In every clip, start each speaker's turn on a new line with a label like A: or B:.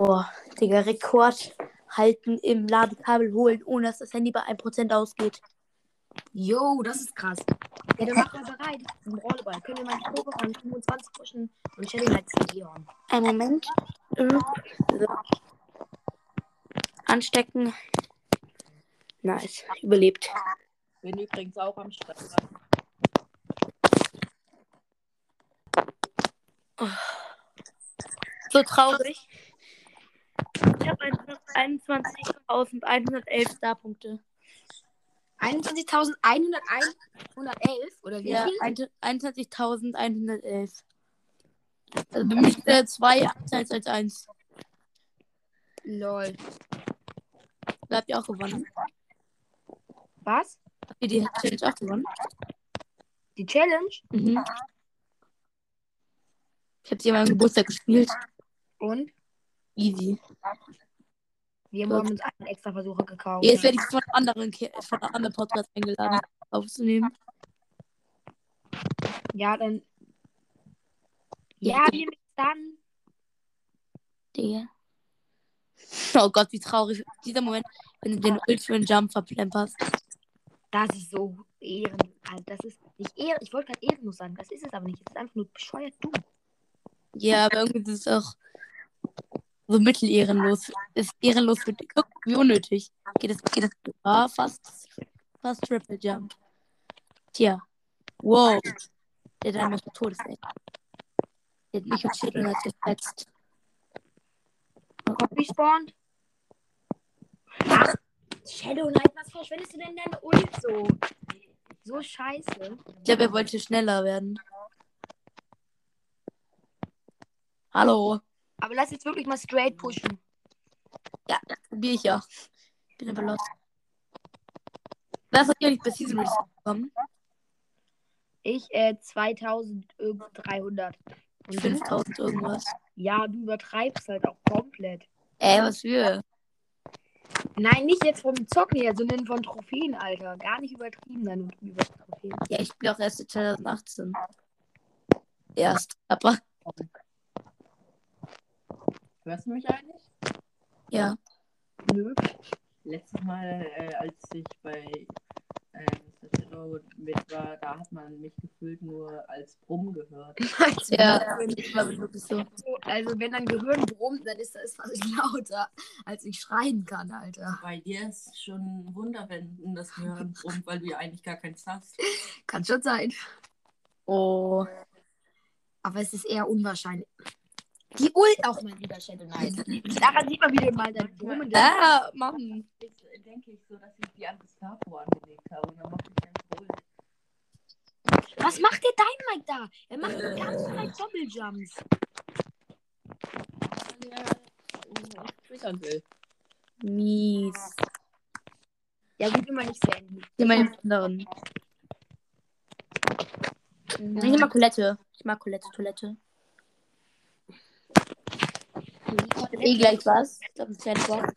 A: Boah, Digga, Rekord halten im Ladekabel holen, ohne dass das Handy bei 1% ausgeht.
B: Yo, das ist krass. Ja, dann mach mal bereit zum Rollball. Können wir mal die Probe von 25 pushen und ich hätte ihn als Leon.
A: Ein Moment. So. Anstecken. Nice. Überlebt.
C: Bin übrigens auch am Stress.
A: So traurig. Ich habe 21.111 Starpunkte.
B: 21.111 oder wie
A: Ja,
B: viel?
A: 21.111. Also du bist äh, zwei abseits als eins.
B: Lol.
A: Da habt ihr auch gewonnen.
B: Was?
A: Habt ihr die Challenge auch gewonnen?
B: Die Challenge?
A: Mhm. Ich hab sie an meinem Geburtstag gespielt.
B: Und
A: Easy.
B: wir
A: Gut.
B: haben uns einen extra Versuche gekauft.
A: Jetzt werde ich von anderen, Ki- von anderen Podcasts eingeladen, aufzunehmen.
B: Ja, dann. Ja, wir müssen dann.
A: Digga. Oh Gott, wie traurig. Dieser Moment, wenn du den Ult für einen Jump verplemperst.
B: Das ist so ehren. Also das ist nicht ehren. Ich wollte gerade ehrenlos sagen. Das ist es aber nicht. Es ist einfach nur bescheuert dumm.
A: Ja, aber irgendwie ist es auch so mittelehrenlos. Ist ehrenlos. mit- Guck, wie unnötig. Geht das, geht das? Ah, fast, fast Triple Jump. Tja. Wow. Der Dame ist tot, ist ey. Der hat mich mit Schädel hat gefetzt.
B: Copy spawned. Ach, Shadow Knight, was verschwendest du denn deine Ult so? So scheiße.
A: Ich glaube, er wollte schneller werden. Hallo.
B: Aber lass jetzt wirklich mal straight pushen.
A: Probier ich ja. Ich bin aber lost. Was hat ihr nicht bei Season Release bekommen?
B: Ich, äh, 2300. Und
A: 5000 irgendwas.
B: ja, du übertreibst halt auch komplett.
A: Ey, was für?
B: Nein, nicht jetzt vom Zocken her, sondern von Trophäen, Alter. Gar nicht übertrieben, dann über Trophäen.
A: Ja, ich bin auch erst seit 2018. Erst, aber
C: Hörst du mich eigentlich?
A: ja.
C: Nö. Letztes Mal, äh, als ich bei ähm, Sascha mit war, da hat man mich gefühlt nur als Brumm gehört.
A: Ja, ich war wirklich so.
B: So, Also, wenn dein Gehirn brummt, dann ist das fast lauter, als ich schreien kann, Alter.
C: Bei dir ist schon ein Wunder, wenn das Gehirn brummt, weil du ja eigentlich gar keins hast.
B: Kann schon sein.
A: Oh.
B: Aber es ist eher unwahrscheinlich. Die Ult auch mal wieder Shadow Knight. Daran sieht man wieder mal dein Blumen.
A: Ah, Mann.
C: Jetzt äh, denke ich so, dass ich die an Gestapo angelegt habe und dann mache ich einen Bull.
B: Was macht der Dynamite da? Er macht die ganze Zeit Doppeljumps.
C: Ja, oh, ich twittern will.
A: Mies.
B: Ja, gut, immer nicht so enden.
A: Ich nehme den anderen. Ich nehme mal Colette. Ich mag Colette, Toilette. Ich hab eh gleich was. Ich glaube, ein kleines Wort.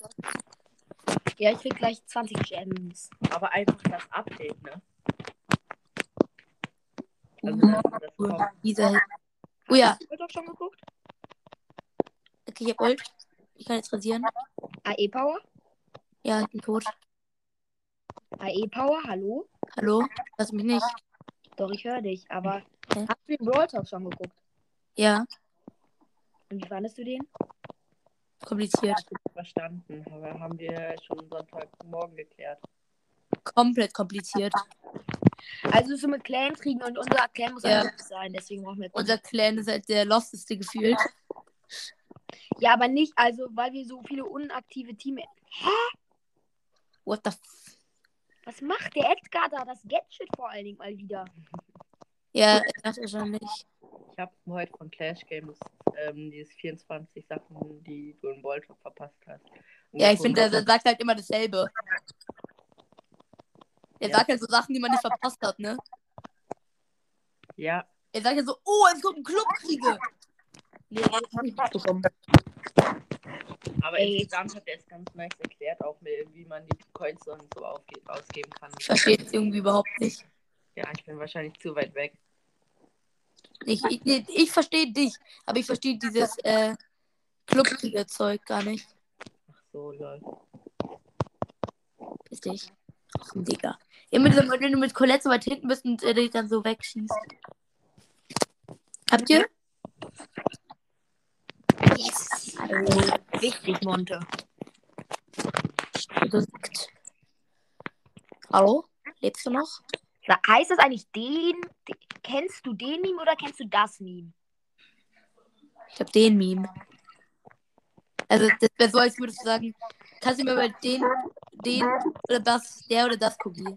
B: Ja, ich krieg gleich 20 Gems.
C: Aber einfach das Update, ne? Also, das, das kommt.
A: Dieser. Oh ja,
B: Wird doch schon geguckt?
A: okay, ich hab Gold. Ich kann jetzt rasieren.
B: AE E Power?
A: Ja, ich bin tot.
B: AE E Power, hallo?
A: Hallo? Lass mich nicht.
B: Doch, ich höre dich, aber
A: Hä?
B: hast du den Brawl Talk schon geguckt?
A: Ja,
B: Und wie fandest du den?
A: kompliziert.
C: Ich hab's verstanden, aber haben wir schon Sonntagmorgen geklärt.
A: Komplett kompliziert.
B: Also so mit Clan kriegen und unser Clan muss
A: Ja.
B: ein Lost sein, deswegen brauchen wir
A: Unser Clan ist halt der losteste gefühlt.
B: Ja, aber nicht, also weil wir so viele unaktive Team.
A: What the f
B: Was macht der Edgar da? Das Gadget vor allen Dingen mal wieder.
A: Ja, ich dachte schon nicht.
C: Ich habe heute von Clash Games ähm, dieses 24 Sachen, die du in Boltop verpasst hast.
A: Ja, ich finde, der, der sagt halt immer dasselbe. Er
C: Ja.
A: sagt halt so Sachen, die man nicht verpasst hat, ne?
C: Ja,
A: Er sagt ja so, oh, es kommt ein Clubkriege. Nee, ich hab nicht mitbekommen.
C: aber
B: Ey.
C: insgesamt hat er es ganz nice erklärt, auch mit, wie man die Coins und so aufge ausgeben kann.
A: Ich verstehe es irgendwie überhaupt nicht.
C: Ja, ich bin wahrscheinlich zu weit weg.
A: Ich, ich, nee, ich verstehe dich, aber ich verstehe dieses äh, Club-Zeug gar nicht.
C: Ach so, lol.
A: Piss dich. Ach, Digga. Immer so, wenn du mit Colette so weit hinten bist und äh, dich dann so wegschießt. Habt ihr?
B: Yes. Wichtig, Monte.
A: Gesagt. Hallo? Lebst du noch?
B: Sa- Heißt das eigentlich den? de- Kennst du den Meme oder kennst du das Meme?
A: Ich hab den Meme. Also, das wäre so, als würdest du sagen, kannst du mir mal den, den oder das, der oder das Cookie.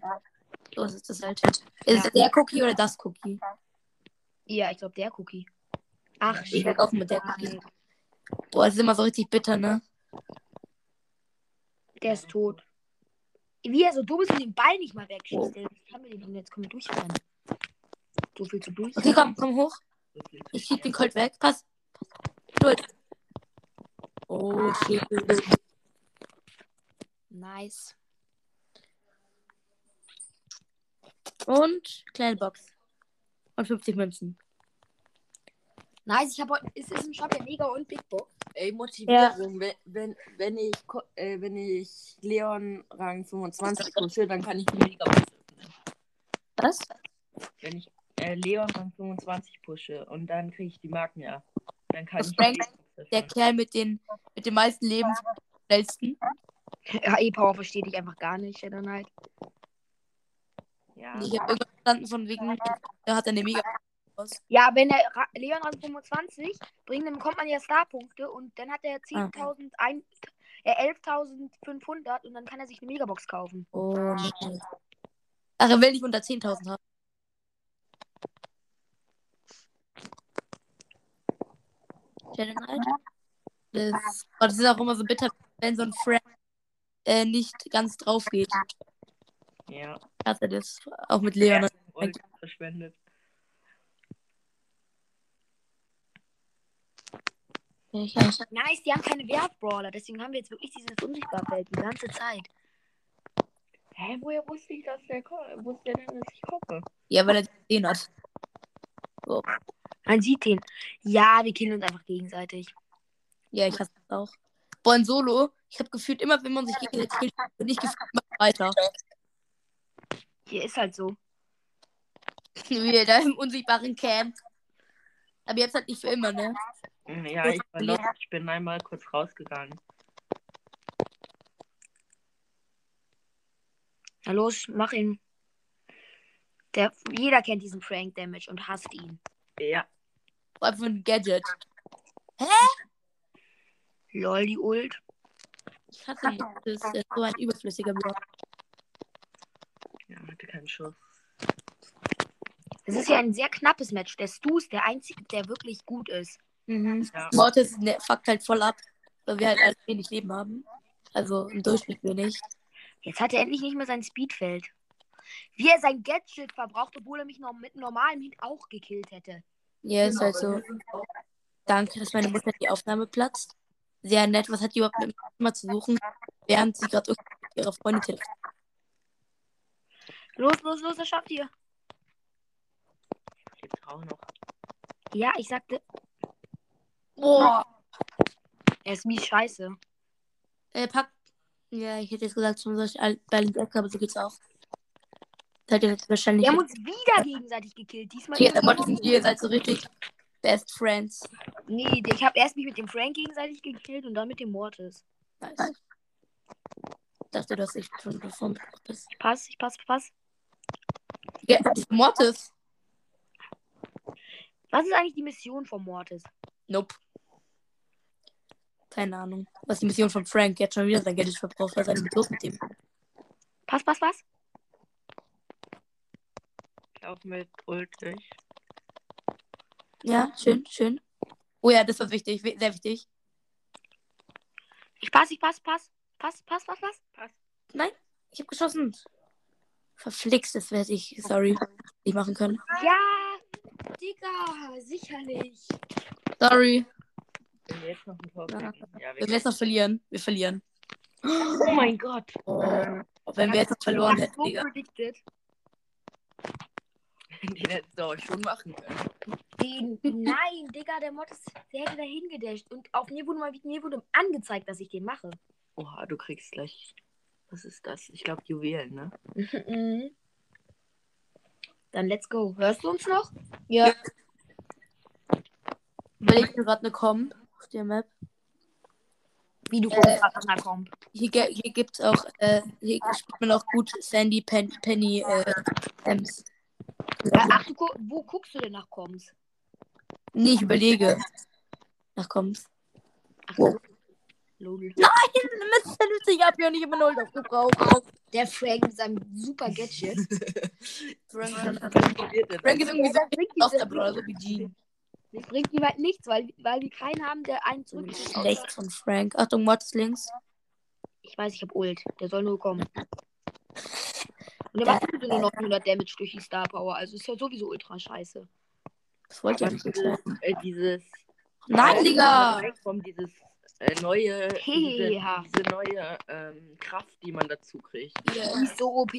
A: So ist das halt. Ist es der Cookie oder das Cookie?
B: Ja, ich glaube der Cookie. Ach,
A: Ich werd auch mit der Cookie. Boah, das ist immer so richtig bitter, ne?
B: Der ist tot. Wie er so dumm ist und den Ball nicht mal wegschießt. Jetzt haben wir den und jetzt können wir durchrennen. So viel zu durch.
A: Okay, komm, komm hoch. Ich schieb den Colt weg. Pass. Gut. Oh, shit.
B: Nice.
A: Und kleine Box. Und 50 Münzen.
B: Nice, ich habe heute. Es ist im Shop ja Mega und Big Book.
C: Ey, Motivierung. Wenn, wenn, wenn, ich, Ko- äh, wenn ich Leon Rang 25 pushe, dann kann ich die Mega öffnen.
A: Was?
C: Wenn ich äh, Leon Rang 25 pushe und dann kriege ich die Marken ja. Dann kann
A: Was
C: ich
A: rankt
C: die
A: Der
C: öffnen.
A: Kerl mit den, mit den meisten Leben schnellsten.
B: Ja, E-Power verstehe ich einfach gar nicht, Shadow Knight.
C: Ja.
A: Ich habe irgendwas verstanden von wegen, da hat er eine mega Box.
B: Ja, wenn der Ra Leon Rang 25 bringt, dann bekommt man ja Starpunkte und dann hat er 10.000, ein- äh, 11.500 und dann kann er sich eine Megabox kaufen.
A: Oh, nee. Ach, er will nicht unter 10.000 haben. Shadow Knight? Das, oh, das ist auch immer so bitter, wenn so ein Friend äh, nicht ganz drauf geht.
C: ja.
A: Ich hasse das. Auch mit Leon.
C: Und verschwendet.
A: Ich hasse das.
B: Nice, die haben keine Wertbrawler, deswegen haben wir jetzt wirklich dieses Unsichtbarfeld die ganze Zeit.
C: Hä, woher wusste ich, dass der ko- wusste der denn, dass ich komme?
A: Ja, weil er den gesehen hat.
B: Man sieht den. Ja, wir killen uns einfach gegenseitig.
A: Ja, ich hasse das auch. Boah, in Solo, ich habe gefühlt immer, wenn man sich gegenseitig killt, bin ich gefühlt immer weiter.
B: Hier ist halt so.
A: Wie wir da im unsichtbaren Camp. Aber jetzt halt nicht für immer, ne?
C: Mhm, Ja, ich war los. Ich bin einmal kurz rausgegangen.
B: Na los, mach ihn. Der, jeder kennt diesen Frank Damage und hasst ihn.
C: Ja.
A: Vor allem für ein Gadget.
B: Lol, die Ult.
A: Ich hasse ihn. Das ist äh, so ein überflüssiger Block.
C: Ja, hatte keinen Schuss.
B: Es ist ja ein sehr knappes Match. Der Stu ist der einzige, der wirklich gut ist.
A: Mhm.
C: Ja.
A: Mortis ne, fuckt halt voll ab, weil wir halt alles wenig Leben haben. Also im Durchschnitt wenig.
B: Jetzt hat er endlich nicht mehr sein Speedfeld. Wie er sein Gadget verbraucht, obwohl er mich noch mit normalem Hit auch gekillt hätte.
A: Ja, ist halt so. Danke, dass meine Mutter die Aufnahme platzt. Sehr nett. Was hat die überhaupt mit dem Thema zu suchen, während sie gerade irgendwie mit ihrer Freundin telefoniert?
B: Los, los, los, das schafft ihr.
C: Gibt's auch noch.
B: Ja, ich sagte,
A: Boah.
B: er ist mies scheiße.
A: Äh, pack. Ja, ich hätte jetzt gesagt, zum solch bei den Ecken, aber so geht's auch. Seid ihr jetzt wahrscheinlich.
B: Wir haben uns wieder gegenseitig gekillt. Diesmal
A: Ja, der Mortis und ihr seid so also richtig Best Friends.
B: Nee, ich habe erst mich mit dem Frank gegenseitig gekillt und dann mit dem Mortis.
A: Nice. Ich dachte, dass ich schon davon bist.
B: Ich pass, ich pass, ich pass.
A: Ja, Mortis?
B: Was ist eigentlich die Mission von Mortis?
A: Nope. Keine Ahnung. Was ist die Mission von Frank? Jetzt schon wieder sein Geld verbraucht. Was ist eigentlich los mit dem?
B: Pass, pass, pass.
C: Ich Lauf mit Ult durch.
A: Ja, schön, schön. Oh ja, das war wichtig, wi- sehr wichtig.
B: Ich pass, ich pass, pass. Pass, pass, pass, pass.
A: Ich habe geschossen. Verflixt, das werde ich, sorry, nicht machen können.
B: Ja, Digga, sicherlich.
A: Sorry.
C: Wenn wir jetzt noch ein Tor
A: Ja.
C: kriegen. Ja, wir
A: Wenn wir jetzt noch verlieren, wir verlieren.
C: Oh mein Gott.
A: Oh, wenn wir jetzt noch verloren
B: Das ist
A: hätten,
B: so
A: Digga.
B: predicted.
C: Nee, das hättest du auch schon machen können.
B: Den, nein, Digga, der Mod ist, der hätte da hingedasht. Und auf mir wurde mal mir wurde angezeigt, dass ich den mache.
C: Oha, du kriegst gleich. Was ist das? Ich glaube Juwelen, ne?
B: Mhm. Dann let's go. Hörst du uns noch?
A: Ja. Weil ich mir gerade eine Comp auf der Map.
B: Wie du
A: Äh.
B: kommst, nach einer Comp.
A: Hier, ge- hier gibt's auch, äh, hier spielt man auch gut Sandy Pen Penny äh, Ems.
B: Äh, Ach, du, gu- wo guckst du denn nach Comps?
A: Nee, ich überlege. Ach komm's.
B: Ach,
A: Wow.
B: lol.
A: Mist, ich hab ja nicht immer null drauf
B: Der Frank mit seinem super Gadget.
A: Frank
C: Frank
A: ist irgendwie so
B: das bringt
A: auf
B: diese-
A: der Bruder, so wie Jean.
B: Das bringt niemand nichts, weil, weil wir keinen haben, der einen zurück.
A: Schlecht von Frank. Achtung, Mods links.
B: Ich weiß, ich hab Ult. Der soll nur kommen. Und der macht sowieso nur 900 Damage durch die Star Power. Also ist ja sowieso ultra scheiße.
A: Das wollte ich nicht sagen.
C: äh, dieses.
A: Nein, Digga!
C: Kommt dieses äh, neue.
B: Heha.
C: Diese, diese neue ähm, Kraft, die man dazu kriegt.
B: Die ist so OP.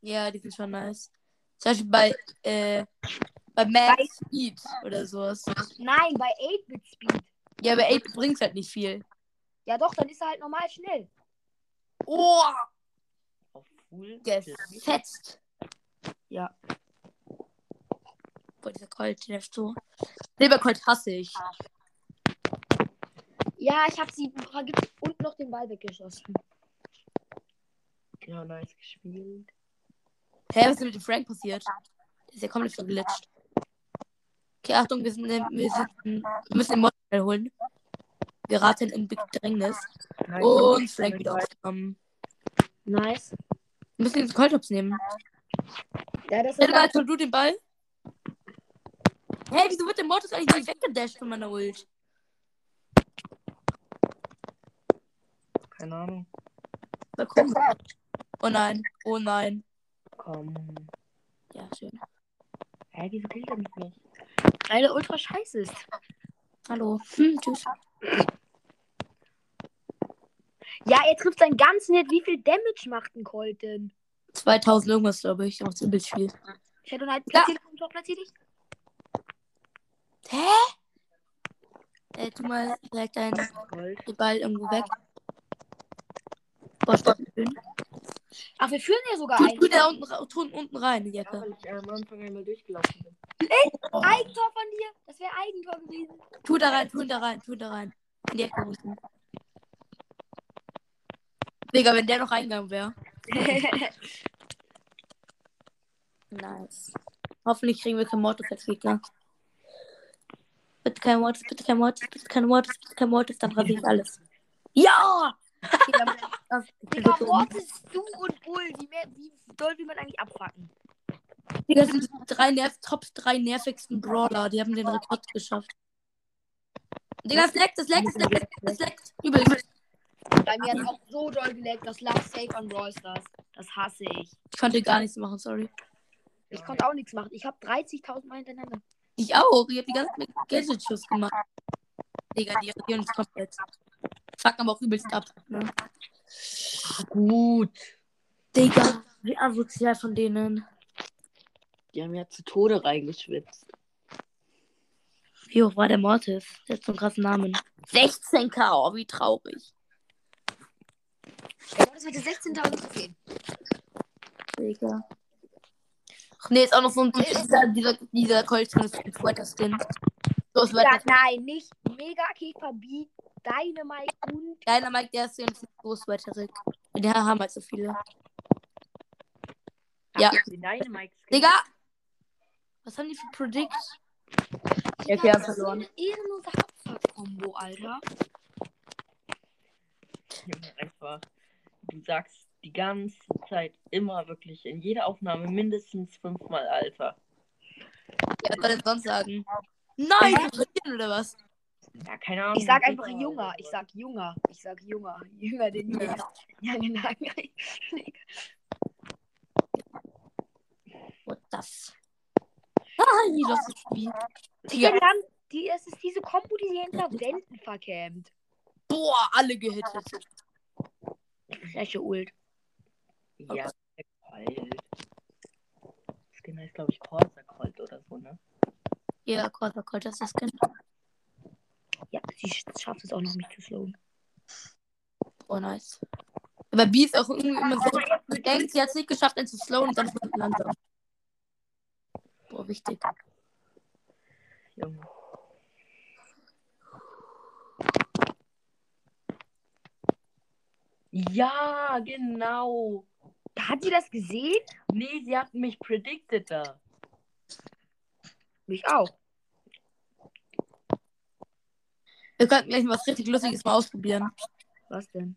A: Ja, die sind schon nice. Zum Beispiel bei, äh, bei Mad Speed oder sowas.
B: Nein, bei 8-Bit Speed.
A: Ja, aber 8 bringt halt nicht viel.
B: Ja doch, dann ist er halt normal schnell.
A: Oh,
C: Auf Full.
A: gefetzt.
B: Ja.
A: Boah, dieser Colt, der ist so. Silbercolt hasse ich.
B: Ja, ich hab sie vergiftet und noch den Ball weggeschossen.
C: Ja, nice gespielt.
A: Hä, was ist denn mit dem Frank passiert? Der ist ja komplett verglitscht. Okay, Achtung, wir, sind, in- wir, sind, in- wir müssen den Mod schnell holen. Wir raten in Bedrängnis.
C: Nice.
A: Und Frank wieder aufgenommen.
B: Nice.
A: Wir müssen jetzt Coltops nehmen.
B: Ja, das
A: Hätte
B: ist
A: mal du den Ball. Hä, hey, wieso wird der Mortis eigentlich nicht weggedasht von meiner Ult?
C: Keine Ahnung.
A: Mal gucken. Oh nein, oh nein.
C: Komm.
A: Ja, schön.
C: Hä, wieso killt er mich nicht?
B: weil der ultra scheiße ist.
A: Hallo. Hm, tschüss.
B: Ja, er trifft sein ganz nett. Wie viel Damage macht ein Colt denn?
A: 2000 irgendwas, glaube ich. Macht übelst viel.
B: Shadow Knight
A: Ja.
B: halt platziert ja. Tor, platziert dich.
A: Hä? Äh, tu mal direkt deinen
C: Gold.
A: den Ball irgendwo weg. Boah, stopp. Tu,
B: Ach, wir führen ja sogar
A: tu
B: ein.
A: da unten, ra- tu unten rein, die
C: Ja,
A: Jacke.
C: weil ich äh, am Anfang einmal durchgelaufen bin.
B: Eigentor von dir. Das wäre Eigentor gewesen.
A: Tu da rein, tu da rein, tu da rein. In die Ecke unten. Digga, wenn der noch reingegangen wäre. Nice. Hoffentlich kriegen wir kein Mortis als Gegner. Bitte kein Mortis, bitte kein Mortis, bitte kein Mortis, bitte kein Mortis, dann rasiere ich alles. Ja! Okay, dann- das-
B: Digga, Mortis, du und Bull. Wie, mehr, wie doll will man eigentlich abfacken?
A: Digga, das sind die drei nerv Top 3 nervigsten Brawler. Die haben den Rekord geschafft. Digga, es leckt, es leckt, es leckt, es leckt. Übelst.
B: Bei mir hat auch so doll gelegt. Das lag safe an Brawl Stars. Das hasse ich.
A: Ich konnte gar nichts machen, sorry.
B: Ich konnte auch nichts machen. Ich habe 30.000 Mal hintereinander.
A: Ich auch. Ich hab die ganze Zeit Gadget-Schuss gemacht. Digga, die rasieren uns komplett. Fuck aber auch übelst ab. Ne?
C: Gut.
A: Digga, wie asozial von denen.
C: Die haben ja zu Tode reingeschwitzt.
A: Wie hoch war der Mortis? Der hat so einen krassen Namen. 16k, oh, wie traurig.
B: Der Mortis hatte 16.000 zu gehen.
A: Digga. Ach nee, ist auch noch so ein. Dieser, dieser, dieser Colton ist ein zweiter Skin. So ist
B: Ja,
A: weiter.
B: nein, nicht. Mega Käfer Beat, Dynamite und.
A: Dynamite, der ist jetzt so sweaterig. Den haben halt so viele. Ja.
C: Nein, Mike.
A: Digga! Was haben die für Predict? Ja, okay, haben verloren.
B: Das ist so eine ehrenlose Abfuck-Kombo, Alter.
C: Junge, einfach. Du sagst die ganze Zeit immer wirklich in jeder Aufnahme mindestens fünfmal Alter.
A: Ja, was soll denn sonst sagen? Nein, die verlieren oder was?
C: Ja, keine Ahnung.
B: Ich sag
C: was
B: einfach
C: ist da
B: Junger.
C: oder
B: Ich
C: so.
B: sag Junger. Ich sag Junger. Jünger denn Jünger. Ja, genau.
A: What the f. Ah, wie das Spiel.
B: Digga,
A: Digga,
B: die haben, die, es ist diese Kombo, die sie hinter Wänden verkämmt.
A: boah, alle gehittet.
B: Fläche Ult.
C: Ja, Colt. Das Skin heißt, glaube ich, Corsair Colt oder so, ne?
A: Ja, Corsa Colt, das ist genau. Skin.
B: Ja, sie sch- schafft es auch noch, mich zu slowen.
A: Oh, nice. Aber B ist auch irgendwie immer so. Sie denkt, sie hat es nicht geschafft, einen zu slowen und dann ist man langsam. Boah, wichtig.
C: Junge. Ja, genau.
B: Hat sie das gesehen?
C: Nee, sie hat mich predicted da.
B: Mich auch.
A: Wir könnten gleich mal was richtig Lustiges mal ausprobieren.
B: Was denn?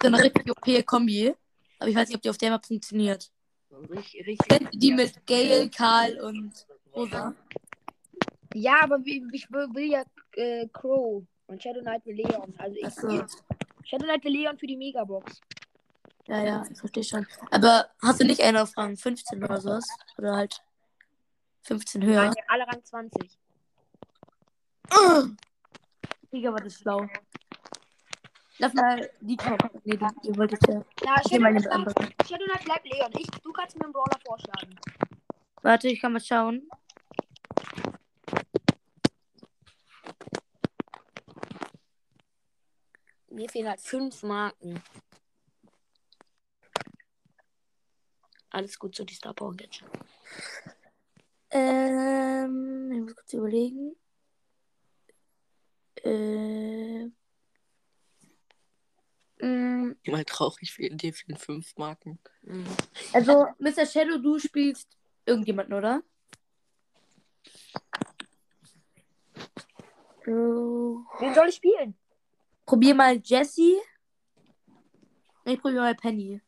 A: So eine richtig OP-Kombi. Aber ich weiß nicht, ob die auf der Map funktioniert.
C: Richtig,
A: Kennt
C: richtig.
A: ihr die mit Gail, Karl und Rosa?
B: Ja, aber wie- ich will, will ja äh, Crow und Shadow Knight will Leon. Also ich,
A: Achso.
B: Shadow Knight will Leon für die Megabox.
A: Ja, ja, ich verstehe schon. Aber hast du nicht einen auf Rang 15 oder sowas? Oder halt 15 höher?
B: Nein, alle Rang 20.
A: Digga, war das schlau. Lass mal die Top. Nee, du, ihr wolltet ja.
B: Na,
A: Ich
B: Shadow
A: meine
B: Knight,
A: das andere.
B: bleibt- Shadow Knight bleibt Leon. Ich, du kannst mir einen Brawler vorschlagen.
A: Warte, ich kann mal schauen.
B: Mir fehlen halt fünf Marken. Alles gut, so die Star Power jetzt.
A: Ähm, ich muss kurz überlegen. Äh. mm,
C: Mal traurig, fehlen dir fehlen fünf Marken.
A: Also, Mr. Shadow, du spielst irgendjemanden, oder? So.
B: Wen soll ich spielen?
A: Probier mal Jessie. Ich probier mal Penny.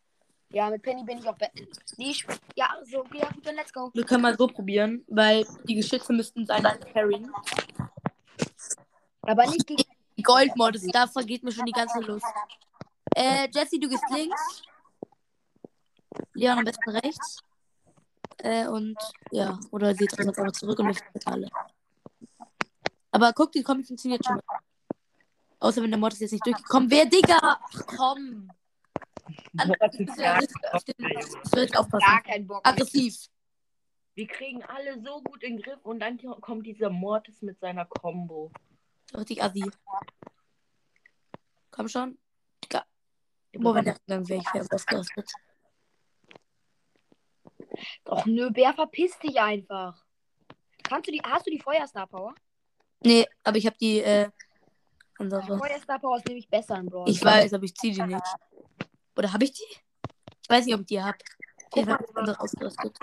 B: Ja, mit Penny bin ich auch. Be nee, ich, ja, so, okay, ja, gut, dann let's go.
A: Wir können mal so probieren, weil die Geschütze müssten sein carryen.
B: Aber nicht gegen.
A: Die Goldmord, da vergeht mir schon die ganze Lust. Äh, Jesse, du gehst links. Leon am besten rechts. Äh, und ja, oder sie drehen uns einfach zurück und wir finden alle. Aber guck, die Kombi funktioniert schon. Außer wenn der Mord ist jetzt nicht durchgekommen wäre. Digga! Ach, komm! Andere müssen ja nicht auf den- auf den Switch
B: Gar
A: aufpassen.
B: keinen Bock.
A: Aggressiv.
C: Wir kriegen alle so gut in den Griff und dann kommt dieser Mortis mit seiner Combo.
A: Richtig assi. Komm schon. Digga. Boah, wenn der gegangen wäre, ich wäre ausgerastet.
B: Och nö, Bär, verpiss dich einfach. Kannst du die, hast du die Feuerstar Power?
A: Nee, aber ich habe die äh, andere.
B: Feuerstar Power ist nämlich besser im Brawl.
A: Ich weiß, aber ich ziehe die nicht. Oder habe ich die? Ich weiß nicht, ob ich die habe. Die
B: Guck mal.
A: hat andere ausgerastet.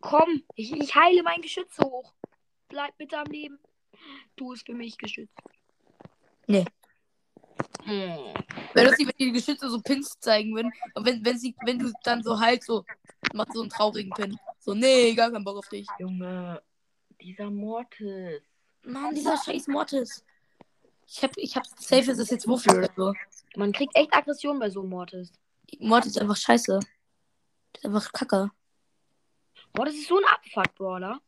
B: Komm, ich, ich heile mein Geschütz hoch. Bleib bitte am Leben. Du es für mich geschützt.
A: Nee.
B: Hm.
A: Wäre lustig, wenn die Geschütze so Pins zeigen würden. Und wenn, wenn, sie, wenn du dann so halt so, macht so einen traurigen Pin. So, nee, gar keinen Bock auf dich.
C: Junge, dieser Mortis.
A: Mann, dieser scheiß Mortis. Ich hab, ich hab, safe ist es jetzt Wuffel oder so.
B: Man kriegt echt Aggression bei so einem Mortis.
A: Mortis ist einfach scheiße. Das ist einfach kacke.
B: Mortis ist so ein Abfuck-Brawler.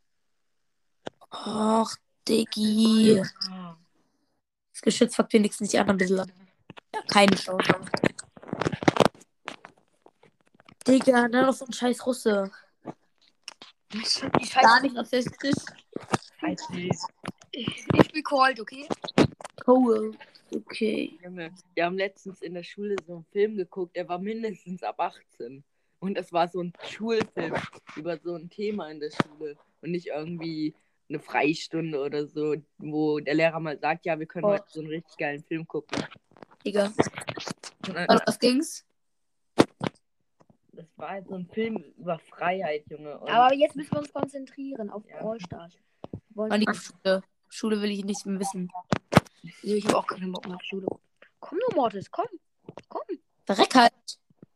A: Och, Diggi.
C: Ah,
A: Das Geschütz fuckt wenigstens die anderen ein bisschen ab. Ja, keine Chance. Digga, dann noch so ein scheiß Russe.
B: Ich,
A: Gar
B: scheiß,
A: nicht rassistisch.
C: scheiße.
B: ich bin called, okay?
A: Cool. Okay.
C: Junge, wir haben letztens in der Schule so einen Film geguckt, der war mindestens ab 18. Und das war so ein Schulfilm über so ein Thema in der Schule. Und nicht irgendwie eine Freistunde oder so, wo der Lehrer mal sagt, ja, wir können
A: Oh.
C: heute so einen richtig geilen Film gucken.
A: Digga.
C: Und dann-
A: Also, was ging's?
C: Das war halt so ein Film über Freiheit, Junge. Und
B: Aber jetzt müssen wir uns konzentrieren auf
C: Ja.
B: Brawl Stars.
A: Mann,
B: Wollen
A: die Schule. Schule will ich nichts mehr wissen.
B: Nee, ich hab auch keinen Bock mehr auf Schule. Komm nur, Mortis, komm. Komm,
A: Verreck halt.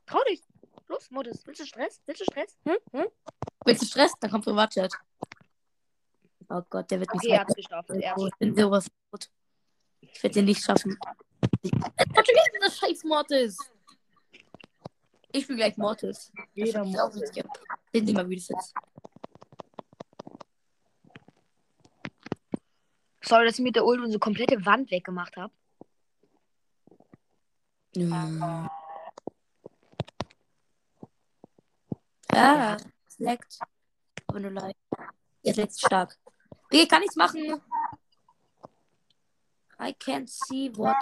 B: trau dich. Los, Mortis, willst du Stress? Willst du Stress? Hm? Hm?
A: Willst du Stress? Dann kommt Privatchat. Oh Gott, der wird mich
B: Okay, er hat's geschafft. Er hat's
A: Ich bin sowas tot. Ich werde den nicht schaffen. Natürlich ist das scheiß Mortis. Ich bin gleich Mortis.
C: jeder
A: muss.
C: muss.
A: Den nehmen wir wieder jetzt.
B: Sorry, dass ich mit der Ult unsere komplette Wand weggemacht habe.
A: Ja. Ja, es leckt. Aber nur leicht. Jetzt leckt's stark. Wie kann ich's machen? I can't see what.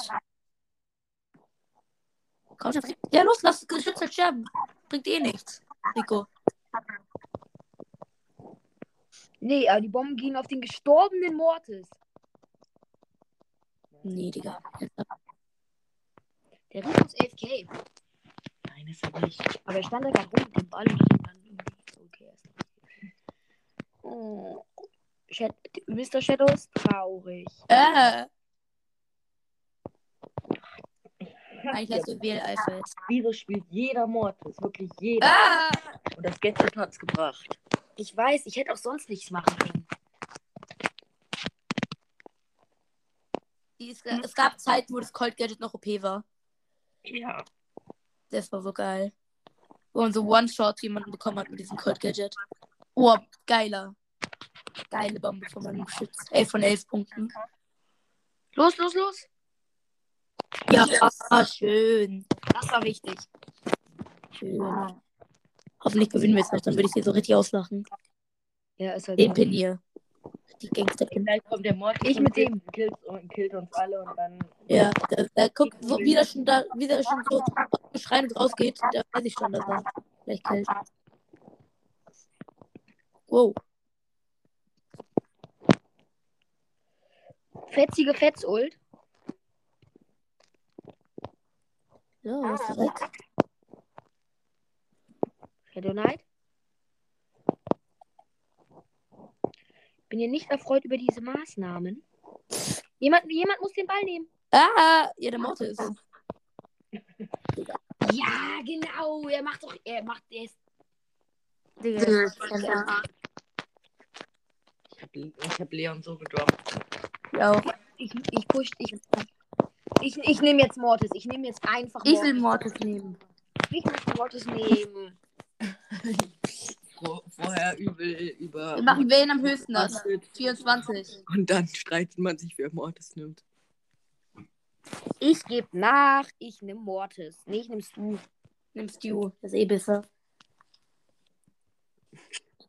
A: Komm schon, bring- ja los, lass das Geschütz halt sterben. Bringt eh nichts, Rico.
B: Nee, aber die Bomben gehen auf den gestorbenen Mortis.
A: Nee, Digga.
B: Der rief uns AFK.
C: Nein, ist er nicht.
B: Aber er stand da gerade rum mit dem Ball und hat ihn dann irgendwie. Okay, er ist nicht. Oh. Shad Mr. Shadow ist traurig.
A: Äh. Eigentlich hast du WL Alpha jetzt.
C: Wieso spielt jeder Mortis? Wirklich jeder.
A: Ah!
C: Und das Gadget hat's gebracht.
B: Ich weiß, ich hätte auch sonst nichts machen können.
A: Die ist, es gab Zeiten, wo das Cold Gadget noch OP war.
C: Ja.
A: Das war so geil. Wo man so One-Shot jemanden bekommen hat mit diesem Cold Gadget. Oh, geiler. Geile Bombe von meinem Schütz. 11 von 11 Punkten.
B: Los, los, los!
A: Ja, ah, schön.
B: Das war wichtig.
A: Schön. Hoffentlich gewinnen wir jetzt noch, dann würde ich sie so richtig auslachen.
B: Ja, ist halt.
A: Den Pin hier. Die Gangster-Pin.
C: Vielleicht kommt der Mortis.
B: Ich
C: und
B: mit
C: killt-
B: dem.
C: Killt, und killt uns alle und dann.
A: Ja, da, da guck, so, wie der schon da, wie der schon so schreien und rausgeht, da weiß ich schon, dass er vielleicht kalt. Wow.
B: Fetzige Fetzult.
A: So, ist er weg.
B: Shadow Knight. Bin hier nicht erfreut über diese Maßnahmen. Jemand, jemand muss den Ball nehmen.
A: Ah, ja, der Morte ist.
B: Ja, genau. Er macht doch. Er macht. Er ist.
A: Digga, das ist ja.
C: Ich hab, ich hab Leon so gedroppt.
A: Ja,
B: Ich, ich push. Ich, ich, ich nehme jetzt Mortis. Ich nehme jetzt einfach
A: ich will Mortis nehmen.
B: Ich möchte Mortis nehmen.
C: Vor, vorher übel über.
A: Wir machen wen am höchsten das?
C: Gadget.
A: 24.
C: Und dann streitet man sich, wer Mortis nimmt.
B: Ich gebe nach. Ich nehme Mortis. Nee, ich nimmst du.
A: Nimmst du. Das ist eh besser.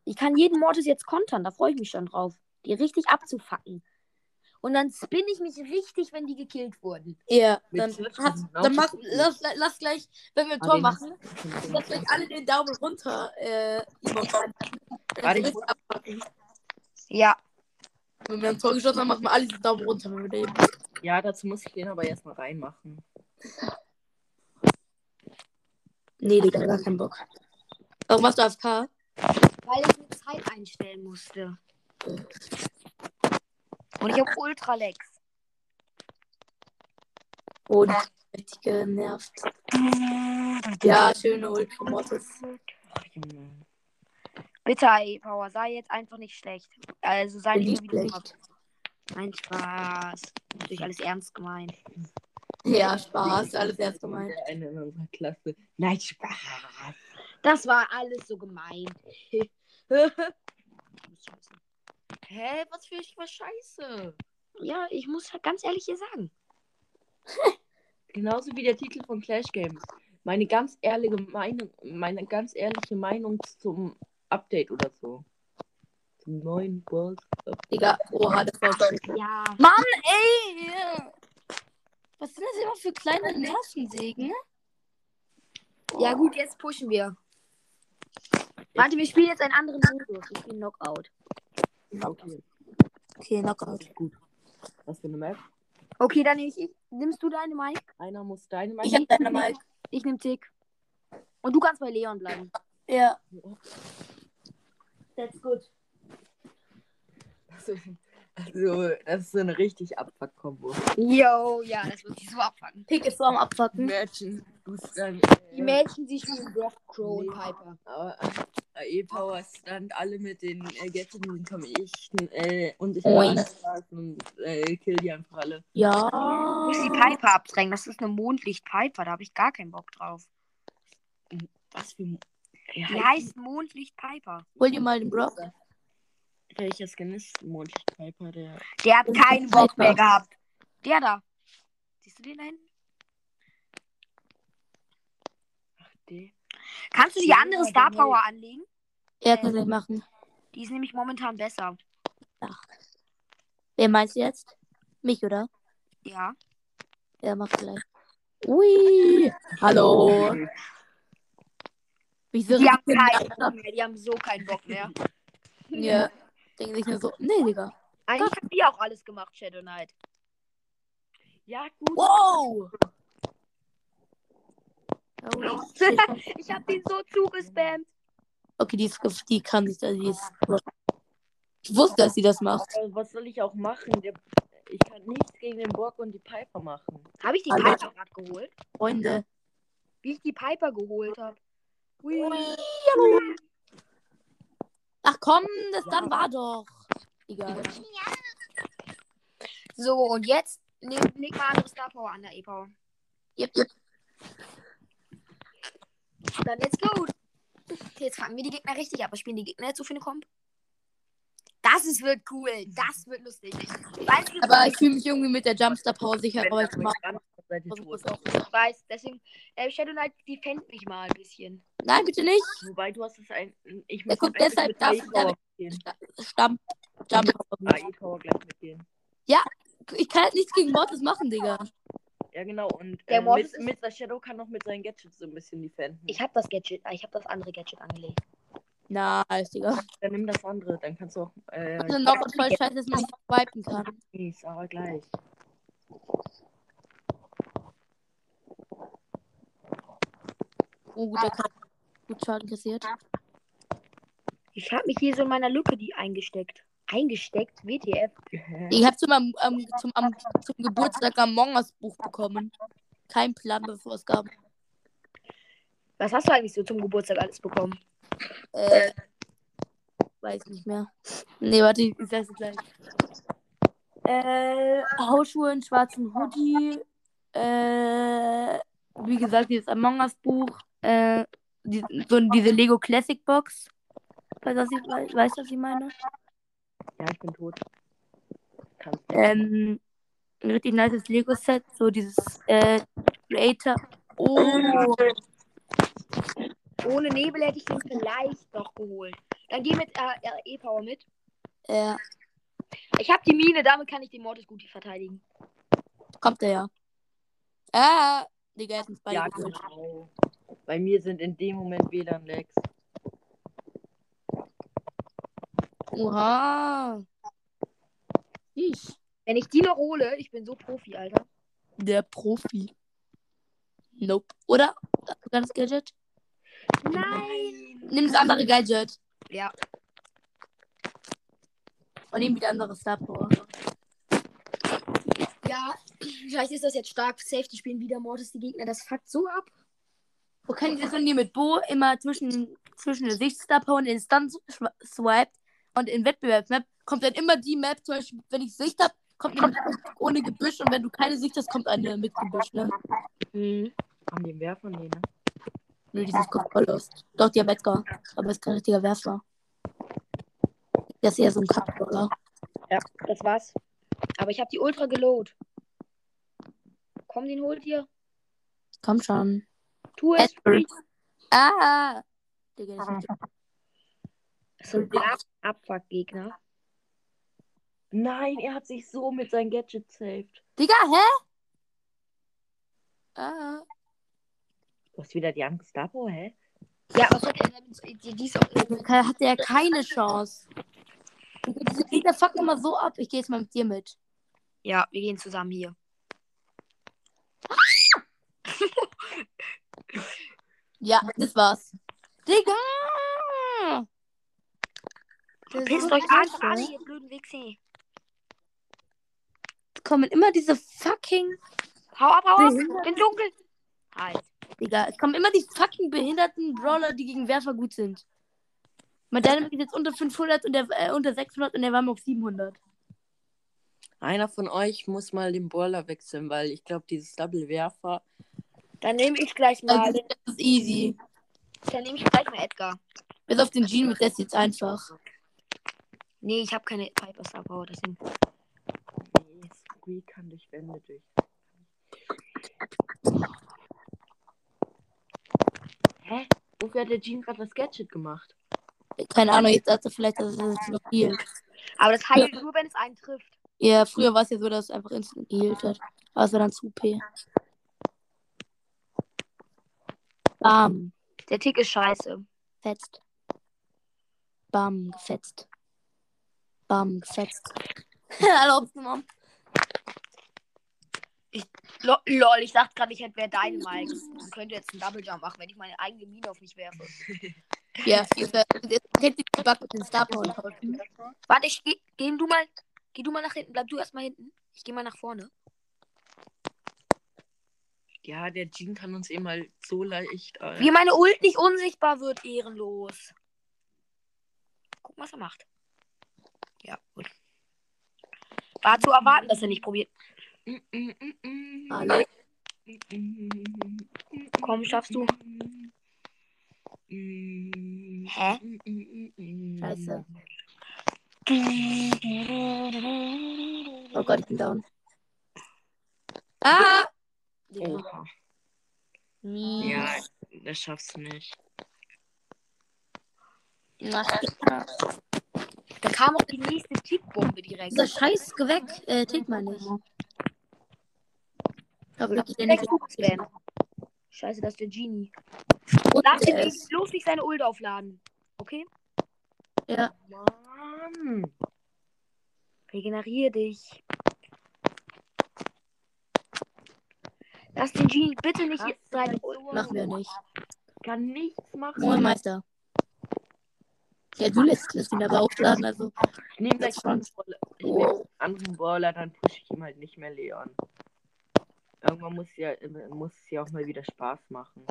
B: Ich kann jeden Mortis jetzt kontern, da freue ich mich schon drauf. Die richtig abzufacken. Und dann spinne ich mich richtig, wenn die gekillt wurden.
A: Ja,
C: Mit
A: dann,
C: 14
A: hat, dann mach, lass,
C: Laufschuss.
A: lass gleich, wenn wir ein
C: Ah,
A: Tor
C: den-
A: machen, lass gleich alle den Daumen runter. Äh, Emoji machen. Dann
C: Warte, ich
A: wird's
C: muss-
A: abpacken.
B: Ja.
A: wenn wir ein Tor geschossen haben, machen wir alle den Daumen runter. Wenn wir den...
C: Ja, dazu muss ich den aber erstmal reinmachen.
A: Nee, Digga, gar keinen Bock. Warum machst du AFK?
B: Weil ich eine Zeit einstellen musste. Und ich habe Ultralex.
A: Oh, die hat richtig genervt. Ja, schöne Ult von Mortis.
C: Ach, Junge.
B: Bitte, ey, Power, sei jetzt einfach nicht schlecht. Also sei
A: Bin
B: nicht
A: nicht
B: so wie du
A: schlecht.
B: bist. Nein, Spaß. Natürlich alles ernst gemeint.
A: Ja, Spaß, alles ernst gemeint.
C: Der eine in unserer Klasse. Nein, Spaß.
B: Das war alles so gemein. Hä, was für ich was scheiße. Ja, ich muss halt ganz ehrlich hier sagen.
C: Genauso wie der Titel von Clash Games. Meine ganz ehrliche Meinung, meine ganz ehrliche Meinung zum Update oder so. Zum neuen World Cup.
A: Digga, oh, oha, das war schön.
B: Ja.
A: Ey! Was sind das immer für kleine Nervensägen?
B: Ja gut, jetzt pushen wir. Warte, wir spielen jetzt einen anderen Modus. Ich bin Knockout.
C: Okay,
A: Okay, Knockout.
C: gut. Was für eine Map?
B: Okay, dann nehme ich, ich. Nimmst du deine Mike?
C: Einer muss deine
A: Ich hab deine Mike.
B: Ich nehme Tick. Und du kannst bei Leon bleiben.
A: Ja.
B: That's good.
C: Also, also, das ist so eine richtig Abfuck-Kombo.
B: Yo, ja, das wird sich so abfangen.
A: Pick ist so am Abfacken.
C: Imagine, du äh, dann.
B: Die Mädchen, die spielen Rock, Crow und
C: Nee.
B: Piper.
C: Aber äh, E-Power stand alle mit den äh, Gadgeten komme ich äh, und ich
A: Oi.
C: und äh, kill die einfach alle.
A: Ja.
B: Ich muss die Piper abdrängen. Das ist eine Mondlicht-Piper. Da habe ich gar keinen Bock drauf.
C: Was für ein. Ja,
B: Die heißt Mondlicht-Piper.
A: Hol dir mal den Brock.
C: Welcher Skin ist Mondlicht Piper? Der
B: Der hat
A: Und
B: keinen
A: die
B: Bock
A: Piper.
B: mehr gehabt. Der da. Siehst du den da hinten?
C: D.
B: Kannst du die andere Star Power anlegen?
A: Ja, kann ich machen.
B: Die ist nämlich momentan besser.
A: Ach. Wer meinst du jetzt? Mich, oder?
B: Ja.
A: Ja, mach gleich. Ui! Hallo! Wieso
B: Die haben
A: riecht denn
B: keinen
A: die
B: Bock mehr. Die haben so keinen Bock mehr.
A: anderen? Ja. Denken sich nur so, nee, Digga.
B: Eigentlich haben die auch alles gemacht, Shadow Knight.
C: Ja, gut.
A: Wow! Oh, shit.
B: Ich hab den so zugespammt.
A: Okay, die, ist, gef- die kann sich da, die ist. Ich wusste, dass sie das macht.
C: Aber was soll ich auch machen? Der, ich kann nichts gegen den Borg und die Piper machen.
B: Habe ich die
A: Hallo.
B: Piper gerade geholt?
A: Freunde.
B: Wie ich die Piper geholt habe. Ui.
A: Ach komm, das dann war doch. Egal.
B: So, und jetzt leg, leg mal andere Star Power an der E-Power.
A: Yep, yep.
B: Dann let's go. Jetzt fangen wir die Gegner richtig ab. Was spielen die Gegner jetzt so für eine Komp? Das ist, wird cool. Das wird lustig. Weißt du,
A: Aber ich fühle mich irgendwie mit der Jumpstar Power sicher, aber ich mag Also
C: Seid ihr tot.
A: es auch.
B: ich weiß, deswegen, äh, Shadow Knight defend mich mal ein bisschen.
A: Nein, bitte nicht.
C: Wobei du hast es ein. Ich
A: Ja, guck,
C: am Ende
A: deshalb
C: mit
A: darfst du
C: AI-Power gehen.
A: Stamm. Jump.
C: AI-Power gleich mitgehen.
A: Ich kann halt nichts gegen Mortis machen, Digga.
C: Ja, genau. Und
B: Der
C: äh,
B: Mortis
C: mit, Mr. Shadow kann noch mit seinen Gadgets so ein bisschen defenden.
B: Ich habe das Gadget, äh, ich habe das andere Gadget angelegt.
A: Nice, Digga.
C: Dann nimm das andere. Dann kannst du auch. Äh,
A: Also noch voll scheiße, dass man nicht swipen kann.
C: Mies, aber gleich.
A: Oh, gut, der kann gut Schaden kassiert.
B: Ich habe mich hier so in meiner Lücke die eingesteckt. Eingesteckt? WTF?
A: Ich habe zum, am- am- zum, am- zum Geburtstag am Us Buch bekommen. Kein Plan, bevor es gab.
B: Was hast du eigentlich so zum Geburtstag alles bekommen?
A: Äh, weiß nicht mehr. Nee, warte, ich sag's dir gleich. Äh, Hausschuhe, einen schwarzen Hoodie. Äh, wie gesagt, dieses Among Us Buch. Äh, die, so diese Lego Classic Box. Falls das ich weiß, weißt du, was ich meine?
C: Ja, ich bin tot. Kannst du.
A: Ähm, ein richtig nices Lego Set. So dieses äh, Creator. Oh,
B: Ohne Nebel hätte ich den vielleicht noch geholt. Dann geh mit äh, äh, E-Power mit.
A: äh,
B: Ich habe die Mine, damit kann ich den Mortis gut verteidigen.
A: kommt der ja. Ah, Digga, er hat uns beide
C: Ja,
A: geholt.
C: genau. Bei mir sind in dem Moment WLAN-Lags.
A: Oha. Ich.
B: Wenn ich die noch hole, ich bin so Profi, Alter.
A: Der Profi. Nope. Oder? Hast du Ganz Gadget?
B: Nein!
A: Nimm das andere Gadget.
B: Ja.
A: Und nimm wieder andere Star Power.
B: Ja, vielleicht ist das jetzt stark. Safety spielen wieder Mortis die Gegner. Das fuckt so ab.
A: Wo kann ich das von dir mit Bo immer zwischen, zwischen der Sicht Star Power und den Stun schwa- swiped und in Wettbewerbsmap kommt dann immer die Map, zum Beispiel, wenn ich Sicht habe, kommt eine Map ohne Gebüsch und wenn du keine Sicht hast, kommt eine mit Gebüsch, ne?
C: Haben die einen Werfer? Nee, ne?
A: Nur dieses kommt voll aus. Doch, die haben Edgar. Aber ist kein richtiger Werfer. Der ist eher so ein Kackroller.
B: Ja, das war's. Aber ich habe die Ultra gelohnt. Komm, den holt ihr.
A: Komm schon.
B: Tu es.
A: Edgar. Ah! Digga, das ist
B: Das sind Abfuck-Gegner.
C: Nein, er hat sich so mit seinem Gadget saved.
A: Digga, hä? Ah.
C: Du hast wieder die Angst, Dapo, hä?
B: Ja, was hat er damit? äh, Die, die ist auch
A: Digga, Hat der keine Chance. Digga, Diese Gegner fucken immer so ab. Ich gehe jetzt mal mit dir mit.
B: Ja, wir gehen zusammen hier.
A: Ja, das war's. Digga! Das ist
B: Pisst
A: so
B: euch einfach
A: scheiße.
B: alle, ihr blöden Wichse.
A: Es Kommen immer diese fucking.
B: Hau ab, hau ab.
A: Mhm.
B: Im Dunkeln. Halt.
A: Digga, es kommen immer die fucking behinderten Brawler, die gegen Werfer gut sind. Mein Dynamic ist jetzt unter 500 und der, äh, unter 600 und der war mal auf 700.
C: Einer von euch muss mal den Boiler wechseln, weil ich glaube, dieses Double-Werfer.
B: Dann nehme ich gleich mal.
A: Also, das ist easy.
B: Dann nehme ich gleich mal Edgar.
A: Bis auf den Jean wird das jetzt einfach.
B: Nee, ich habe keine Piper Star Power, deswegen.
C: Nee, Squeak kann durch Wände durch. Hä? Wofür hat der Jean gerade das Gadget gemacht?
A: Keine Ahnung, jetzt hat er vielleicht, dass er es noch hielt.
B: Aber das heilt nur, wenn es einen trifft.
A: Ja, früher war es ja so, dass es einfach instant gehielt hat. Aber es war dann zu OP. Bam,
B: Der Tick ist scheiße.
A: gefetzt. Bam, gefetzt. Bam, gefetzt. Alle aufgenommen.
B: Lo lol, ich dachte gerade, ich hätte wäre deine Mike. Man könnte jetzt einen Double Jump machen, wenn ich meine eigene Mine auf mich werfe.
A: Ja, jetzt kriegt die Back mit den Starpoint.
B: Warte, ich geh, geh du mal. Geh du mal nach hinten. Bleib du erstmal hinten. Ich geh mal nach vorne.
C: Ja, der Jean kann uns eben halt so leicht. Äh,
B: Wie meine Ult nicht unsichtbar wird, ehrenlos. Guck, was er macht. Ja, gut. War zu erwarten, dass er nicht probiert.
C: Mm,
A: Alle.
C: mm,
B: Komm, schaffst du.
C: mm,
B: Hä?
A: Scheiße. Oh Gott, ich bin down. Ah! Digga.
C: Oha.
A: Mies.
C: Ja, das schaffst du nicht.
A: Na, Digga.
B: Da kam auch die nächste Tickbombe direkt.
A: Dieser Scheiß geh weg. Äh, tick mal nicht. Aber wirklich, der
B: Weg,
A: nicht.
B: Spam. Scheiße, das ist der Genie.
A: Und
B: Lass
A: der
B: ihn
A: ist.
B: bloß nicht seine Ult aufladen. Okay?
A: Ja.
C: Mann.
B: Regenerier dich. Lass den Genie bitte nicht
C: Krass,
B: seine
C: das ist halt so-
B: Ult.
A: Machen wir nicht.
C: Kann nichts machen.
A: Moin, Meister. Ja, du lässt lässt ihn aber aufladen, also.
C: Ich nehme gleich einen Brawler. Ich nehm
A: Wow.
C: einen anderen Brawler, dann pushe ich ihm halt nicht mehr Leon. Irgendwann muss ja, muss es ja auch mal wieder Spaß machen.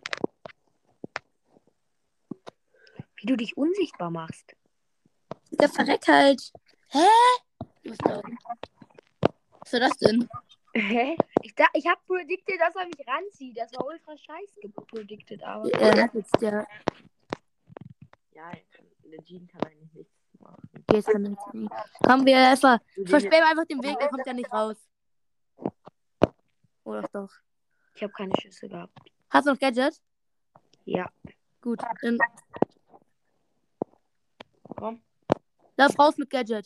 B: Wie du dich unsichtbar machst.
A: Der verreckt halt. Hä? Du bist down. Was soll das denn?
B: Hä? Ich, da, ich hab predicted, dass er mich ranzieht. Das war ultra scheiße predicted, aber.
A: Er Äh, hat jetzt der.
C: Ja, er kann, der Jean kann eigentlich nichts machen.
A: Hier ist er mit. Komm, wir einfach.
C: Du, den-
A: Versperr einfach den Weg, der kommt ja nicht raus. Oder doch.
B: Ich habe keine Schüsse gehabt.
A: Hast du noch Gadget?
B: Ja.
A: Gut, dann
C: Komm,
A: lauf raus mit Gadget.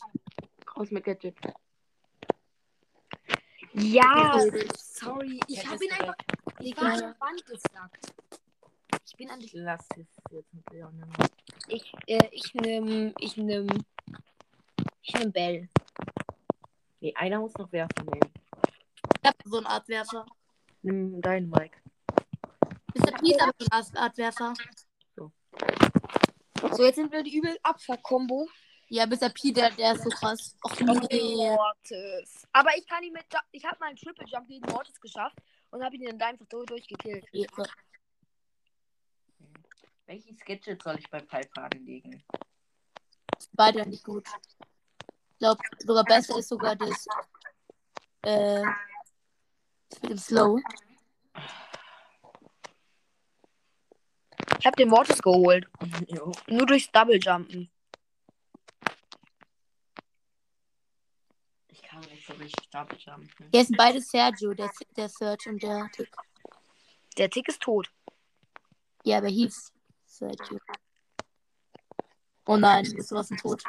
C: raus mit Gadget.
B: Ja,
A: Okay.
B: sorry. Ich
C: Ja,
B: hab
C: das
B: ihn
C: ist
B: einfach. Ich war an der Wand gesnackt. Ich bin an
C: Ich
B: die.
C: lass es jetzt mit Leon. nehmen.
B: Ich, äh, ich nehm. Ich nehm. Ich nehm Bell.
C: Nee, einer muss noch werfen. Nee.
A: Ich hab so einen Artwerfer.
C: Nimm deinen Mike.
A: Mr. P ist aber so ein Art- Artwerfer.
B: So, jetzt sind wir die übel Abfuck-Kombo.
A: Ja, Mr. P, der, der ist so krass. Och nee.
B: Mortis. Aber ich kann ihn mit. Ju- Ich habe mal einen Triple Jump gegen Mortis geschafft und habe ihn dann einfach durch, durchgekillt.
C: Welches Gadget soll ich bei Piper anlegen?
A: Beide nicht gut. Ich glaube, sogar besser ist sogar das. Äh. das Mit dem Slow.
B: Ich habe den Mortis geholt.
C: jo.
B: Nur durchs Double Jumpen.
C: Ich kann nicht so richtig Double jumpen.
A: Hier sind beide Sergio, der, der Search und der Tick.
B: Der Tick ist tot.
A: Ja, aber hieß Sergio. Oh nein, ist sowas ein Tod.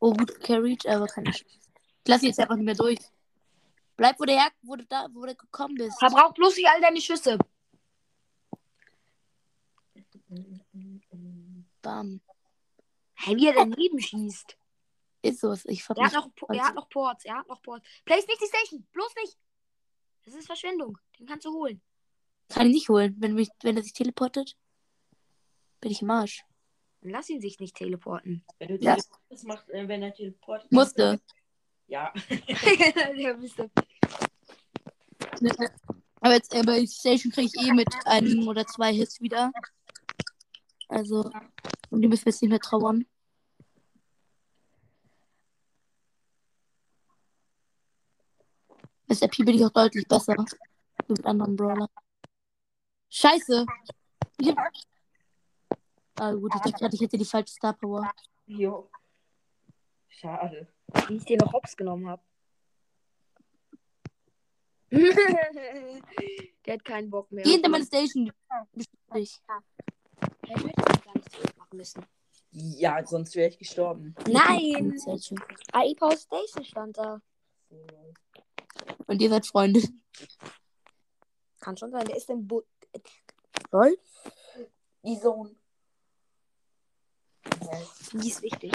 A: Oh, gut carried, aber keine Chance. Ich lass ihn jetzt einfach nicht mehr durch. Bleib, wo du, her, wo du, da, wo du gekommen bist.
B: Verbrauch bloß nicht all deine Schüsse.
A: Bam.
B: Hey, wie er daneben schießt.
A: Ist sowas. Ich
B: Er
A: verpasse.
B: hat, noch, er hat noch Ports. Er hat noch Ports. Place nicht die Station. Bloß nicht. Das ist Verschwendung. Den kannst du holen.
A: Kann ich nicht holen. Wenn, mich, wenn er sich teleportet, bin ich im Arsch.
B: Dann lass ihn sich nicht teleporten.
C: Wenn du
A: Ja.
C: das machst, äh, wenn er teleportet.
A: Musste.
C: Ja.
B: Der Mr.
A: Ne? Aber jetzt äh, bei Station kriege ich eh mit einem oder zwei Hits wieder. Also, und die müssen wir jetzt nicht mehr trauern. Mr. P bin ich auch deutlich besser. Mit anderen Brawler. Scheiße! Ja. Ah, gut, ich dachte gerade, ich hätte die falsche Star Power.
C: Jo. Schade.
B: Wie ich den noch hops genommen habe. Der hat keinen Bock mehr.
A: Geh hinter meine Station. Bestimmt nicht.
B: Hey, du hättest das gar nicht zurück machen müssen.
C: Ja, sonst wäre ich gestorben.
B: Nein! AI Power Station stand da.
A: Und ihr seid Freunde.
B: Kann schon sein. Der ist im Bo. Soll?
C: Die Zone.
B: Die ist wichtig.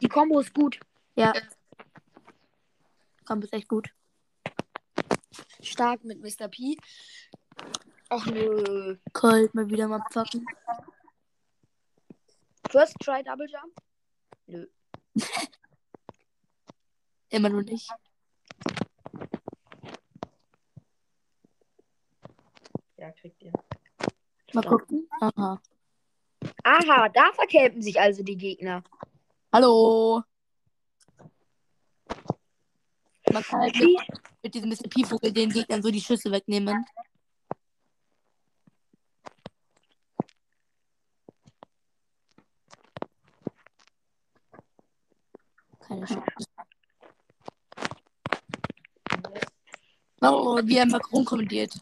B: Die Kombo ist gut.
A: Ja. Kommt ist echt gut.
B: Stark mit Mr. P. Och nö.
A: Colt mal wieder mal pfaffen.
B: First try Double Jump.
A: Immer nur nicht.
C: Ja, kriegt ihr.
A: Mal gucken. Aha.
B: Aha, da verkämpfen sich also die Gegner.
A: Hallo. Man kann halt mit,
B: Wie?
A: mit diesem Mr. P-Vogel den Gegnern so die Schüsse wegnehmen. Keine Chance. Oh, wie er Macron kommentiert.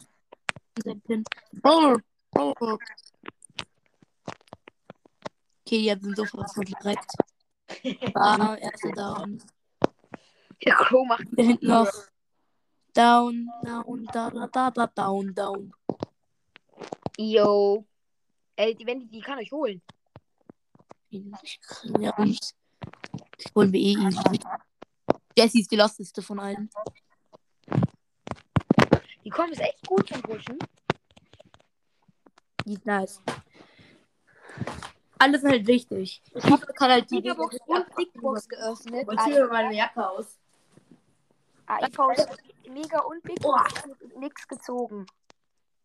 A: Sein Pin. Oh, oh. Okay, jetzt sind sofort so direkt. Ah, erster Down.
B: Der Crow macht.
A: Da hinten noch. Down, down, da, da, da, da, down, down.
B: Yo. Ey, die, wenn die, die kann euch holen.
A: Ja, und das holen wir eh easy. Jessie ist die losteste von allen.
B: Die Kombo ist echt gut zum Pushen.
A: Die ist nice. Alle sind halt wichtig. Ich kann halt die
B: Megabox und Bigbox geöffnet.
A: mir meine Jacke aus.
B: AI Power Station, Mega und Bigbox. Nix gezogen.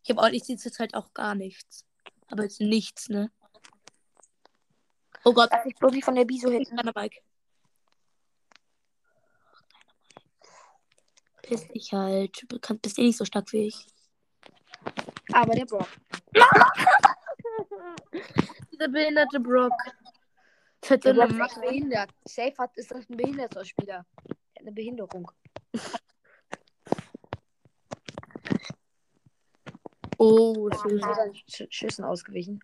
A: Ich habe auch, ich sehe zurzeit auch gar nichts. Aber jetzt nichts, ne? Oh Gott,
B: Lass ich bloß nicht von der Biso
A: ich
B: hinten.
A: meine Mike. Piss dich halt. Du kannst- bist eh nicht so stark wie ich.
B: Aber der Brock.
A: Dieser behinderte Brock.
B: Der
A: Fette
B: Brock ist echt behindert. Safe hat, ist das ein behinderter Spieler. Der hat eine Behinderung.
A: Oh,
B: Ich bin seinen Sch- Schüssen ausgewichen.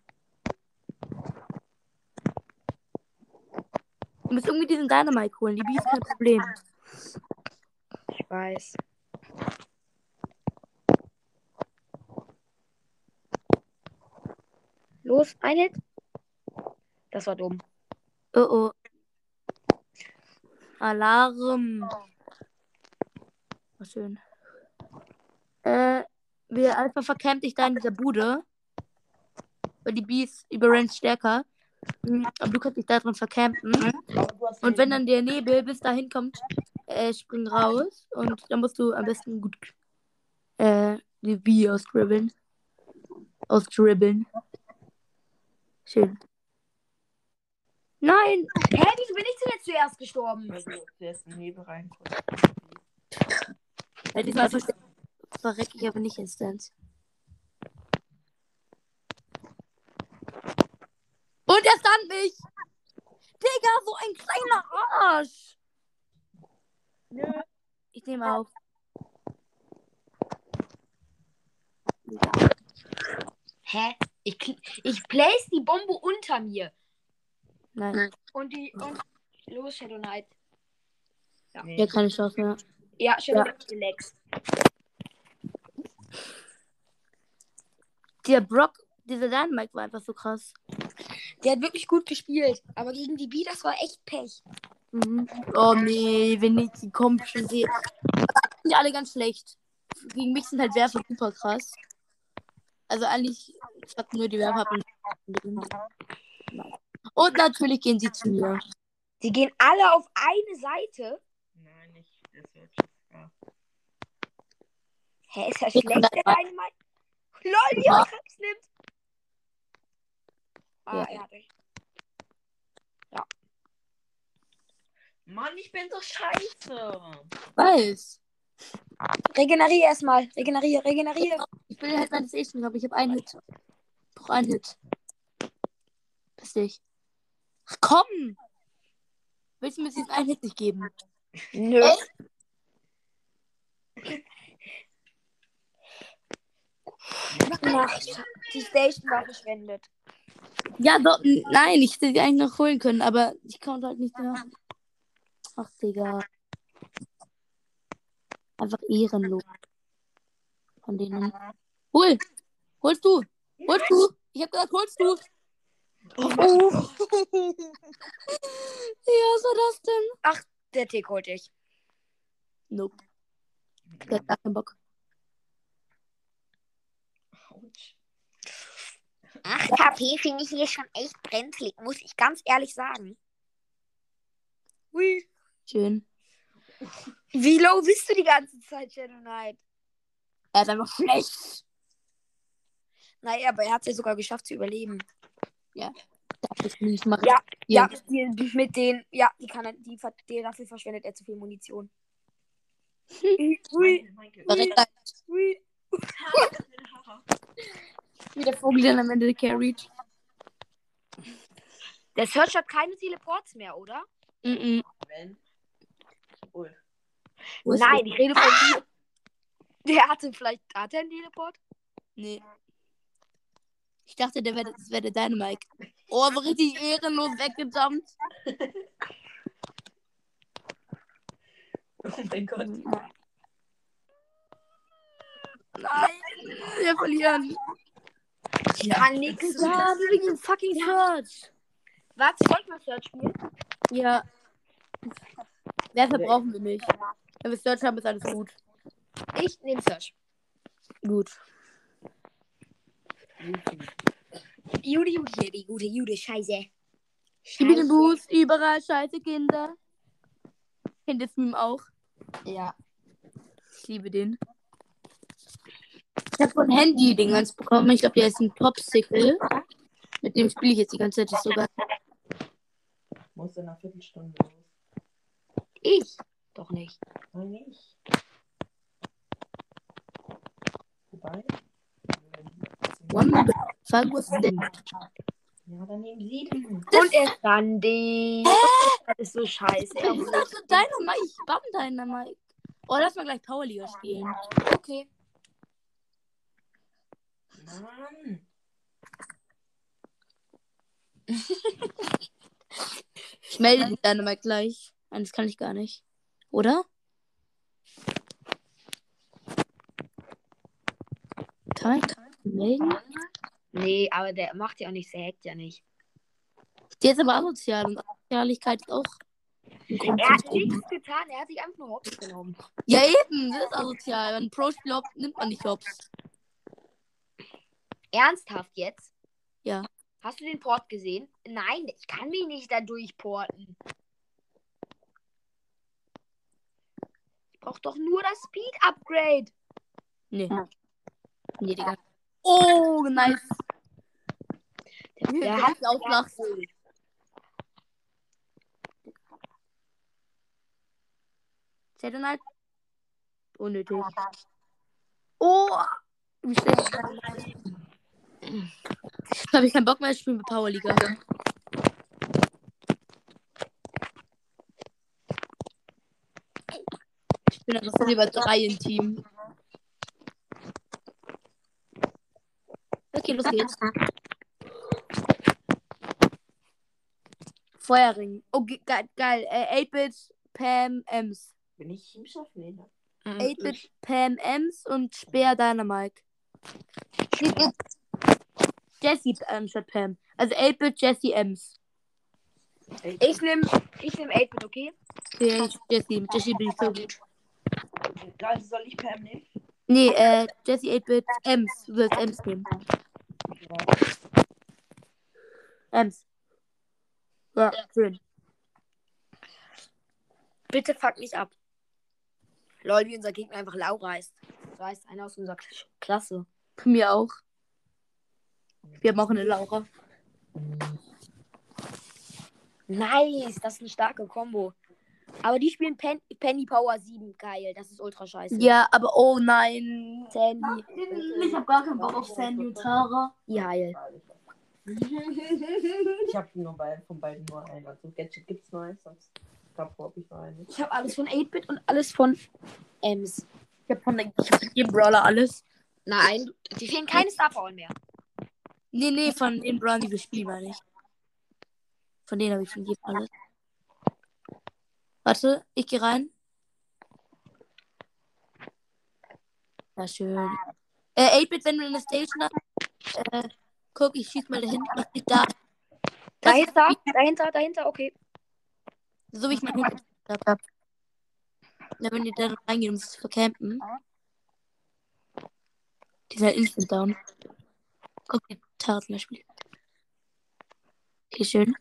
A: Du musst irgendwie diesen Dynamite holen. Die B ist kein Problem.
B: Ich weiß. Los, ein Hit. Das war dumm.
A: Oh oh. Alarm. Oh, schön. Äh, wir Alpha verkämmt dich da in dieser Bude. Weil die B ist über Range stärker. Mhm, Aber du kannst dich da drin verkämpfen. Und wenn dann der Nebel bis dahin kommt, äh, spring raus. Und dann musst du am besten gut äh, die B ausdribbeln. Ausdribbeln. Schön. Nein!
B: Hä, wieso bin ich denn jetzt zuerst gestorben?
C: Weil du zuerst in den Nebel reinkommst.
A: Ja, diesmal versteck- verreck ich aber nicht instant. Und er stand mich! Digga, so ein kleiner Arsch! Ich nehme auf.
B: Hä? Ich, kl- ich place die Bombe unter mir.
A: Nein,
B: Und die. Und los, Shadow Knight.
C: Nee.
A: ja, keine Chance mehr.
B: Ja, Shadow
A: Ja.
B: Knight relaxed.
A: Der Brock, dieser Dynamite war einfach so krass.
B: Der hat wirklich gut gespielt. Aber gegen die B, das war echt Pech.
A: Mhm. Oh nee, wenn nicht, die kommt schon sehr. Sind ja alle ganz schlecht. Gegen mich sind halt Werfer super krass. Also eigentlich hat nur die Werfer. ab und- Und natürlich gehen sie zu mir.
B: Sie gehen alle auf eine Seite.
C: Nein, nicht. Das wird ja.
B: Hä, ist ja
A: Ja,
B: schlecht, der eine Mal. Lol, wie er Krebs nimmt. Ah,
A: Ja.
B: er hat recht.
C: Mann, ich bin so scheiße.
A: Was?
B: Regenerier erstmal. Regenerier, regenerier.
A: Ich will halt meines Echten, aber ich habe einen Hit. Ich brauch einen Hit. Piss dich. Ach komm! Willst du mir diesen einen Hit nicht geben?
B: Nö. Nacht. Die Station war verschwendet.
A: Ja, doch, n- nein, ich hätte die eigentlich noch holen können, aber ich konnte halt nicht mehr. Ach, Digga. Einfach ehrenlos. Von denen. Hol! Holst du! Holst du! Ich hab gesagt, holst du! Ja, was war das denn?
B: Der Tick holt ich.
A: Nope. Ich hab gar keinen Bock.
D: Autsch.
B: 8 KP finde ich hier schon echt brenzlig, muss ich ganz ehrlich sagen. Ui.
A: Schön.
B: Wie low bist du die ganze Zeit, Shadow Knight?
A: Er ist einfach schlecht.
B: Naja, aber er hat es ja sogar geschafft zu überleben.
A: Darf ich nicht machen.
B: Ja,
A: ja.
B: die, mit den. Ja, die kann er, die, ver- die, dafür verschwendet er zu viel Munition. Ui,
D: Danke.
A: Direkt da-
B: ui.
A: wie der Vogel dann am Ende der Carried.
B: Der Search hat keine Teleports mehr, oder?
A: Mm -mm.
C: Wenn.
A: Wo ist
B: Nein, ich rede von dir. Der hatte vielleicht. Hat er einen Teleport?
A: Nee. Ich dachte, der wäre, das wäre der Dynamite. Oh, aber richtig ehrenlos weggejumpt.
D: Oh mein Gott.
A: Nein, wir verlieren.
B: Ja, nix.
A: Ja, wegen dem fucking Search.
B: Was? Wollt mal Search spielen?
A: Ja. Werfer brauchen wir nicht. Wenn wir Search haben, ist alles gut.
B: Ich nehme Search.
A: Gut.
B: Jude, Jude, hier, die gute Jude, scheiße.
A: Gib mir den Boost, überall scheiße Kinder. Kennt ihr das Meme auch?
B: Ja.
A: Ich liebe den. Ich habe von Handy den ganz bekommen. Ich glaube, der ist ein Popsicle. Mit dem spiele ich jetzt die ganze Zeit. Das ist sogar
D: Muss in einer Viertelstunde los.
B: Ich? Doch nicht.
D: Nein, nicht. Wobei.
A: One Minute. Fuck was denn?
D: Ja, dann nehmen sie den.
B: Und er stand die. Das ist so
A: Ich
B: scheiße.
A: dachte, Dynamite. Ich bam Dynamite. Oh, lass mal gleich Power League spielen.
B: Okay.
D: Mann.
A: Ich melde die Dynamite gleich. Nein, das kann ich gar nicht. Oder? Kann ich melden?
B: Nee, aber der macht ja auch nichts, der hackt ja nicht.
A: Die ist aber asozial und Asozialigkeit ist auch. ein Grund
B: Er
A: zum
B: hat
A: Trinken.
B: nichts getan, er hat sich einfach nur Hops genommen.
A: Ja, eben, das ist asozial. Wenn ein Pro-Spieler hopst, nimmt man nicht Hops.
B: Ernsthaft jetzt?
A: Ja.
B: Hast du den Port gesehen? Nein, ich kann mich nicht da durchporten. Ich brauch doch nur das Speed-Upgrade.
A: Nee. Nee, Digga. Oh, nice. Der hat mich ausgelacht. Shadow Knight. Unnötig. Oh! Wie schlecht. Jetzt habe ich keinen Bock mehr, ich spiele mit Power Liga. Ich bin einfach Silber 3 im Team. Okay, los geht's. Feuerring. Oh, ge geil. geil. Äh, 8-Bit, Pam, Ems.
D: Bin ich im Schafwähler?
B: Mhm.
A: Hm, 8-Bit Pam Ems und Speer Dynamike. Steht jetzt Jessie anstatt Pam. Also 8-Bit Jessie Ems.
B: Ich nehm, ich nehm 8-Bit, okay?
A: Okay, ich- Jessie. Mit Jessie bin ich so gut.
D: Egal, soll ich Pam nehmen?
A: Nee, äh, Jessie 8-Bit Ems. Du sollst Ems nehmen. Ems. Ja, schön.
B: Bitte fuck mich ab. Lol, wie unser Gegner einfach lau reißt. Reißt einer aus unserer K- Klasse.
A: Bei mir auch. Wir haben auch eine Laura.
B: Nice, das ist eine starke Combo. Aber die spielen Pen Penny Power 7. Geil, das ist ultra scheiße.
A: Ja, aber oh nein.
B: Sandy.
A: Ich hab gar keinen Bock auf Sandy und Tara.
B: Ja, heil.
D: Ich habe nur bei, von beiden nur einen. Also Gadget gibt's nur eins, sonst davor habe ich nur einen.
B: Ich habe alles von 8-Bit und alles von Ems.
A: Ich hab von der- ich hab von jedem Brawler alles.
B: Nein, die fehlen keine Star Power mehr.
A: Nee, nee, von den Brownie wir spielen meine ich. Von denen habe ich schon gegeben alles. Warte, ich gehe rein. Ja, schön. Äh, 8-Bit, wenn du eine Station hast, äh, guck, ich schieß mal dahin, was liegt da? Das ist,
B: Dahinter, dahinter, dahinter, okay.
A: so wie ich mein Hund gehabt habe. Na, wenn ihr da reingeht, um es zu vercampen. Die sind halt instant down. Guck, die Tara zum Beispiel. Okay, schön.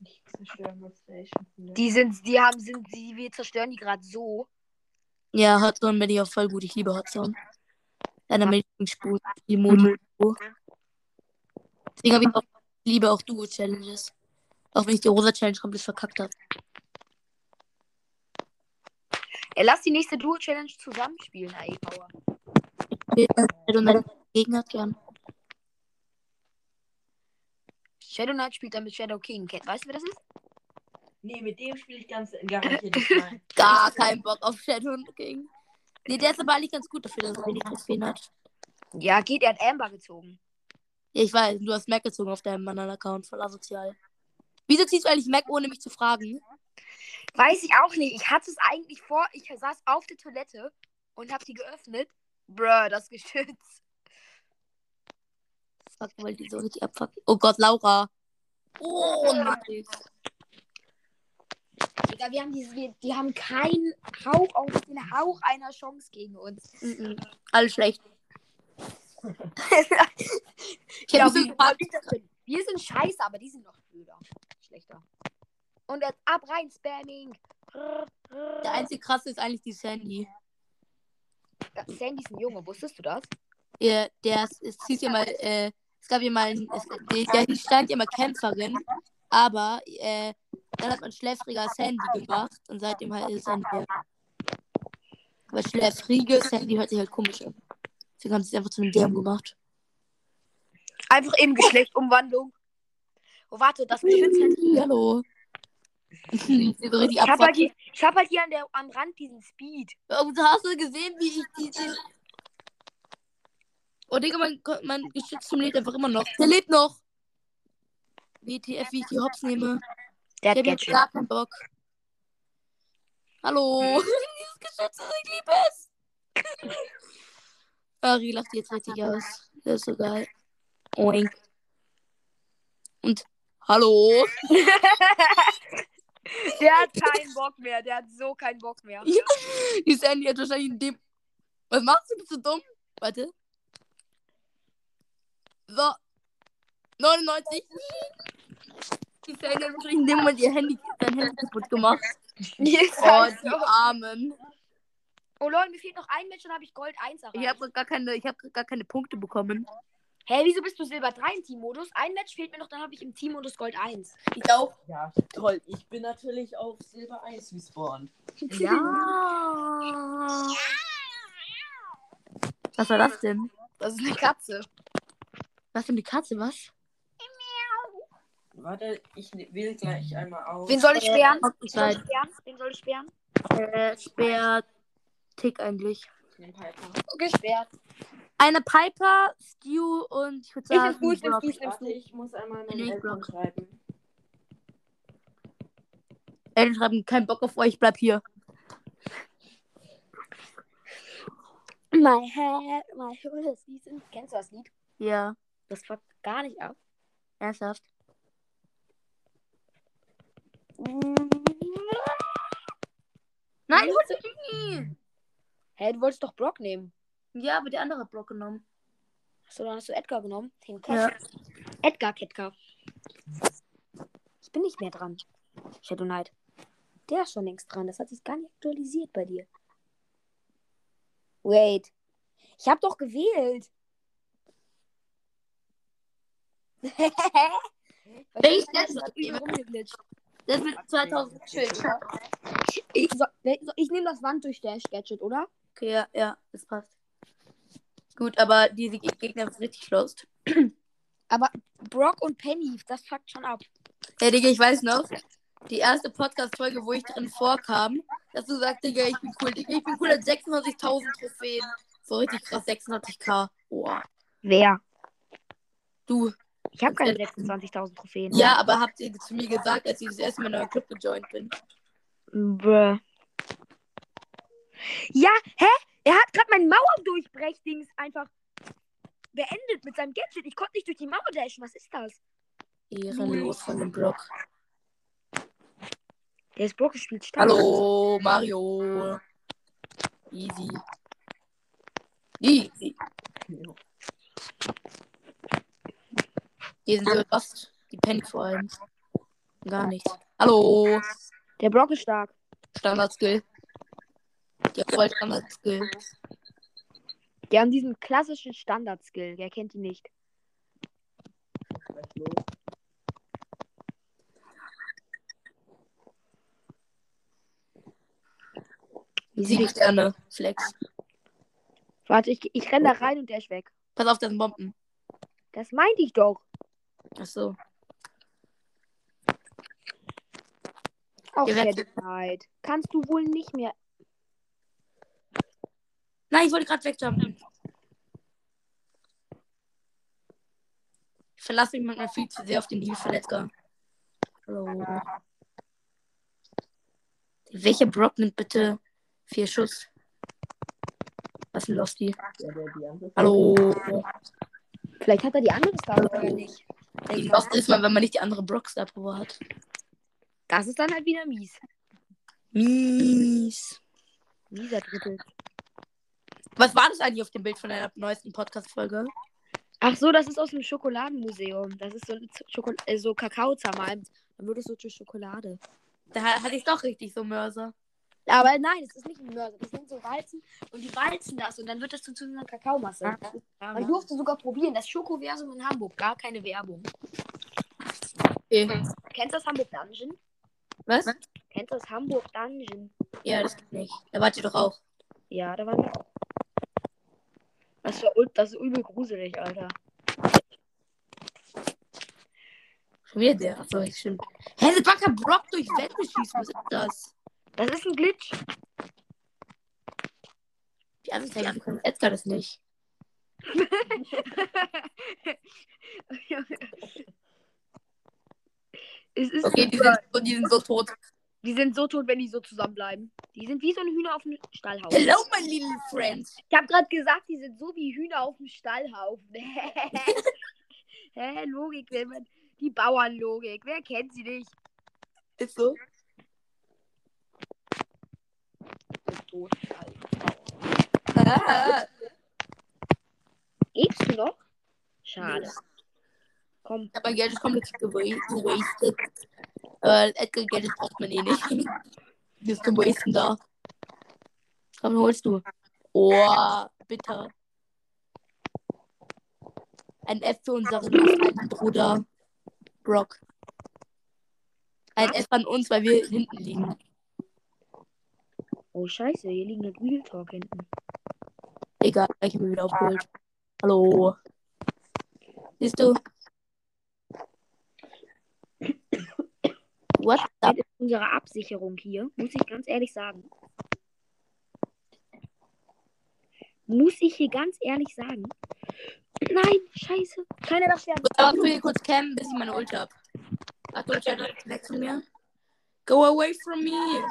D: Ich zerstöre mal Station.
B: Die sind, die haben, sind, die, wir zerstören die gerade so.
A: Ja, Hotzone bin ich auch voll gut. Ich liebe Hotzone. Deiner Lieblingsspur, die Mono-Spur. Deswegen habe ich auch, liebe auch Duo-Challenges. Auch wenn ich die Rosa-Challenge komplett verkackt habe.
B: Ey, Äh, lass die nächste Duo-Challenge zusammenspielen, ey, Power.
A: halt Und mein Gegner hat gern.
B: Shadow Knight spielt dann mit Shadow King. Kennt- Weißt du, wer das ist?
D: Nee, mit dem spiele ich ganz garantiert nicht rein.
A: Gar keinen Bock auf Shadow King. Nee, der ist aber eigentlich ganz gut dafür, dass er wenig Trophäen hat.
B: Ja, geht, er hat Amber gezogen.
A: Ja, ich weiß, du hast Mac gezogen auf deinem anderen Account, voll asozial. Wieso ziehst du eigentlich Mac, ohne mich zu fragen?
B: Weiß ich auch nicht. Ich hatte es eigentlich vor, ich saß auf der Toilette und hab die geöffnet. Bruh, das Geschütz.
A: Fuck, wollte die so richtig abfucken. Oh Gott, Laura. Oh, nice.
B: Digga, wir haben diese, wir, die haben keinen Hauch, auch nicht den Hauch einer Chance gegen uns.
A: Mhm. Alles schlecht.
B: Ich hätte auch
A: Ja,
B: so gefragt, wie das denn- wir sind scheiße, aber die sind noch blöder. Schlechter. Und jetzt ab rein, Spamming.
A: Der einzige krasse ist eigentlich die Sandy.
B: Sandy ist ein Junge, wusstest du das?
A: Ihr, der ist- es hieß ja mal, äh, es gab ja mal, ein- es, der, der stand ja mal Kämpferin, aber äh, dann hat man schläfriger Sandy gemacht und seitdem halt ist Sandy. weg. Aber schläfrige Sandy hört sich halt komisch an. Deswegen haben sie es einfach zu einem Derm gemacht.
B: Einfach eben Geschlechtumwandlung. Oh, warte, das Geschütz hat
A: Hallo. Ich bin so richtig
B: Ich habe halt,
A: abfuckt.
B: hier- ich hab halt hier an der, am Rand diesen Speed.
A: Und hast du gesehen, wie ich diese. Oh, Digga, mein, Gott, mein Geschützturm lebt einfach immer noch. Der lebt noch! WTF, wie ich die Hops nehme.
B: Der
A: Ich hab jetzt gar keinen Bock. Hallo! Dieses Geschütz, ich liebe es! Ari lacht jetzt richtig aus. Das ist so geil. Oink. Und. Hallo!
B: Der hat keinen Bock mehr. Der hat so keinen Bock mehr.
A: Ja. Die Sandy hat wahrscheinlich in dem. Was machst du? Bist du dumm? Warte. So. 99. Die Sandy hat wahrscheinlich in dem Moment ihr Handy, sein Handy kaputt gemacht.
B: Yes,
A: Oh,
B: also.
A: die Armen.
B: oh Leute, mir fehlt noch ein Match und habe ich Gold 1 erreicht.
A: Ich habe gar keine, ich habe gar keine Punkte bekommen.
B: Hä, wieso bist du Silber 3 im Teammodus? Ein Match fehlt mir noch, dann habe ich im Teammodus Gold 1.
A: Ich auch.
D: Ja, toll. Ich bin natürlich auf Silber 1 respawned.
B: Ja.
A: Was war das denn?
B: Das ist eine Katze.
A: Was für eine Katze, was?
D: Warte, ich ne- wähle gleich einmal auf.
B: Wen soll ich sperren?
A: Hab
B: Wen
A: ich
B: soll ich
A: halt.
B: sperren? Wen soll ich sperren?
A: Äh, Speer Tick eigentlich.
D: Ich nehm Piper.
B: Gesperrt.
A: Eine Piper, Stew und ich würde
B: Ich
A: sagen.
B: nimm's gut, ich nimm's
A: Brock.
B: gut, ich nimm's
D: Warte,
B: gut.
D: ich muss einmal meinen
A: Nee,
D: Eltern
A: Block.
D: schreiben.
A: Eltern schreiben, kein Bock auf euch, bleib hier.
B: My head, my shoulders, season. Kennst du das Lied?
A: Ja,
B: Das fuckt gar nicht ab.
A: ernsthaft.
B: Mm.
A: Nein, holst du nie.
B: Hä, du wolltest doch Brock nehmen.
A: Ja, aber der andere hat Block genommen.
B: Achso, dann hast du Edgar genommen. Den
A: Ja.
B: Cat. Edgar Ketka. Ich bin nicht mehr dran. Shadow Knight. Der ist schon längst dran. Das hat sich gar nicht aktualisiert bei dir. Wait. Ich hab doch gewählt.
A: Welches
B: Was ist
A: Letzte?
B: das? Übel rumgeglitscht.
A: Das mit 2000 Schild.
B: Ich, so, ne, so, ich nehme das Wand durch der Gadget, oder?
A: Okay, ja, ja, das passt. Gut, aber diese Geg- Gegner sind richtig lost.
B: Brock und Penny, das fuckt schon ab.
A: Hey, Digga, ich weiß noch, die erste Podcast-Folge, wo ich drin vorkam, dass du sagst, Digga, ich bin cool. Digga, ich bin cool, hat 96.000 Trophäen. So richtig krass, 86k. Boah.
B: Wer?
A: Du.
B: Ich habe keine 26.000 Trophäen.
A: Ja, aber habt ihr zu mir gesagt, als ich das erste Mal in euren Club gejoint bin?
B: Bäh. Ja, hä? Er hat gerade mein Mauerdurchbrechdings einfach beendet mit seinem Gadget. Ich konnte nicht durch die Mauer dashen. Was ist das?
A: Ehrenlos von dem Block.
B: Der ist Broke spielt stark.
A: Hallo, Mario. Easy. Easy. Hier sind wir fast. Die Penny vor allem. Gar nichts. Hallo.
B: Der Brock ist stark.
A: Standard-Skill. Die hat voll Standard-Skill.
B: Die haben diesen klassischen Standard-Skill. Wer kennt ihn nicht?
A: Sieben Sterne. Flex.
B: Warte, ich, ich renn da rein und der ist weg.
A: Pass auf, das sind Bomben.
B: Das meinte ich doch.
A: Achso.
B: Auch
A: Gerettet.
B: Zeit. Kannst du wohl nicht mehr.
A: Nein, ich wollte gerade wegjumpen. Ich verlasse mich manchmal viel zu sehr auf den Deal für Let's Go. Hallo. Welcher Brock nimmt bitte vier Schuss? Was ist ein Losty?
D: Ja, der die andere.
A: Hallo.
B: Vielleicht hat er die andere Star oder nicht.
A: Wie lost ist man, wenn man nicht die andere Brocks apropos hat?
B: Das ist dann halt wieder mies.
A: Mies.
B: Mieser Drittel.
A: Was war das eigentlich auf dem Bild von deiner neuesten Podcast-Folge?
B: Ach so, das ist aus dem Schokoladenmuseum. Das ist so, ein Z- Schokol äh, so Kakao zermalmt. Dann wird es so zur Schokolade.
A: Da ha- hatte ich doch richtig so Mörser.
B: Aber nein, es ist nicht ein Mörser. Das sind so Walzen und die walzen das und dann wird das so zu einer Kakaomasse. Man durfte sogar probieren. Das Schokoversum in Hamburg. Gar keine Werbung.
A: Okay.
B: Kennst du das Hamburg Dungeon?
A: Was?
B: Kennst du das Hamburg Dungeon?
A: Ja, das geht nicht. Da wart ihr doch auch.
B: Ja, da waren wir auch. Das, war, ul- das ist übel gruselig, Alter.
A: Schon wieder der. Achso, ich stimmt. Hä, das war kein Brock durch Wände schießen. Was ist das?
B: Das ist ein Glitch.
A: Die anderen Teile können Edgar das nicht.
B: es ist
A: Okay, die sind, so- die sind so tot.
B: Die sind so tot, wenn die so zusammenbleiben. Die sind wie so eine Hühner auf dem Stallhaufen.
A: Hello, my little friends.
B: Ich habe gerade gesagt, die sind so wie Hühner auf dem Stallhaufen. Hä, Logik, wenn man. Die Bauernlogik. Wer kennt sie nicht?
A: Ist so. Ah,
B: Lebst du noch? Schade. Komm,
A: aber Geld ist komplett gewa- gewastet. Aber Edgar Geld braucht man eh nicht. Die ist zum Wasten da. Komm, den holst du. Oh, bitter. Ein F für unseren kleinen Bruder Brock. Ein F an uns, weil wir hinten liegen.
B: Oh, scheiße, hier liegen eine Real Talk hinten.
A: Egal, ich habe ihn wieder aufgeholt. Hallo. Siehst du? What the
B: Das ist unsere Absicherung hier, muss ich ganz ehrlich sagen. Muss ich hier ganz ehrlich sagen? Nein, scheiße. Keiner darf sterben.
A: Aber ich will hier kurz campen, bis ich meine Ult hab. Achtung, Chat, weg von mir. Go away from me.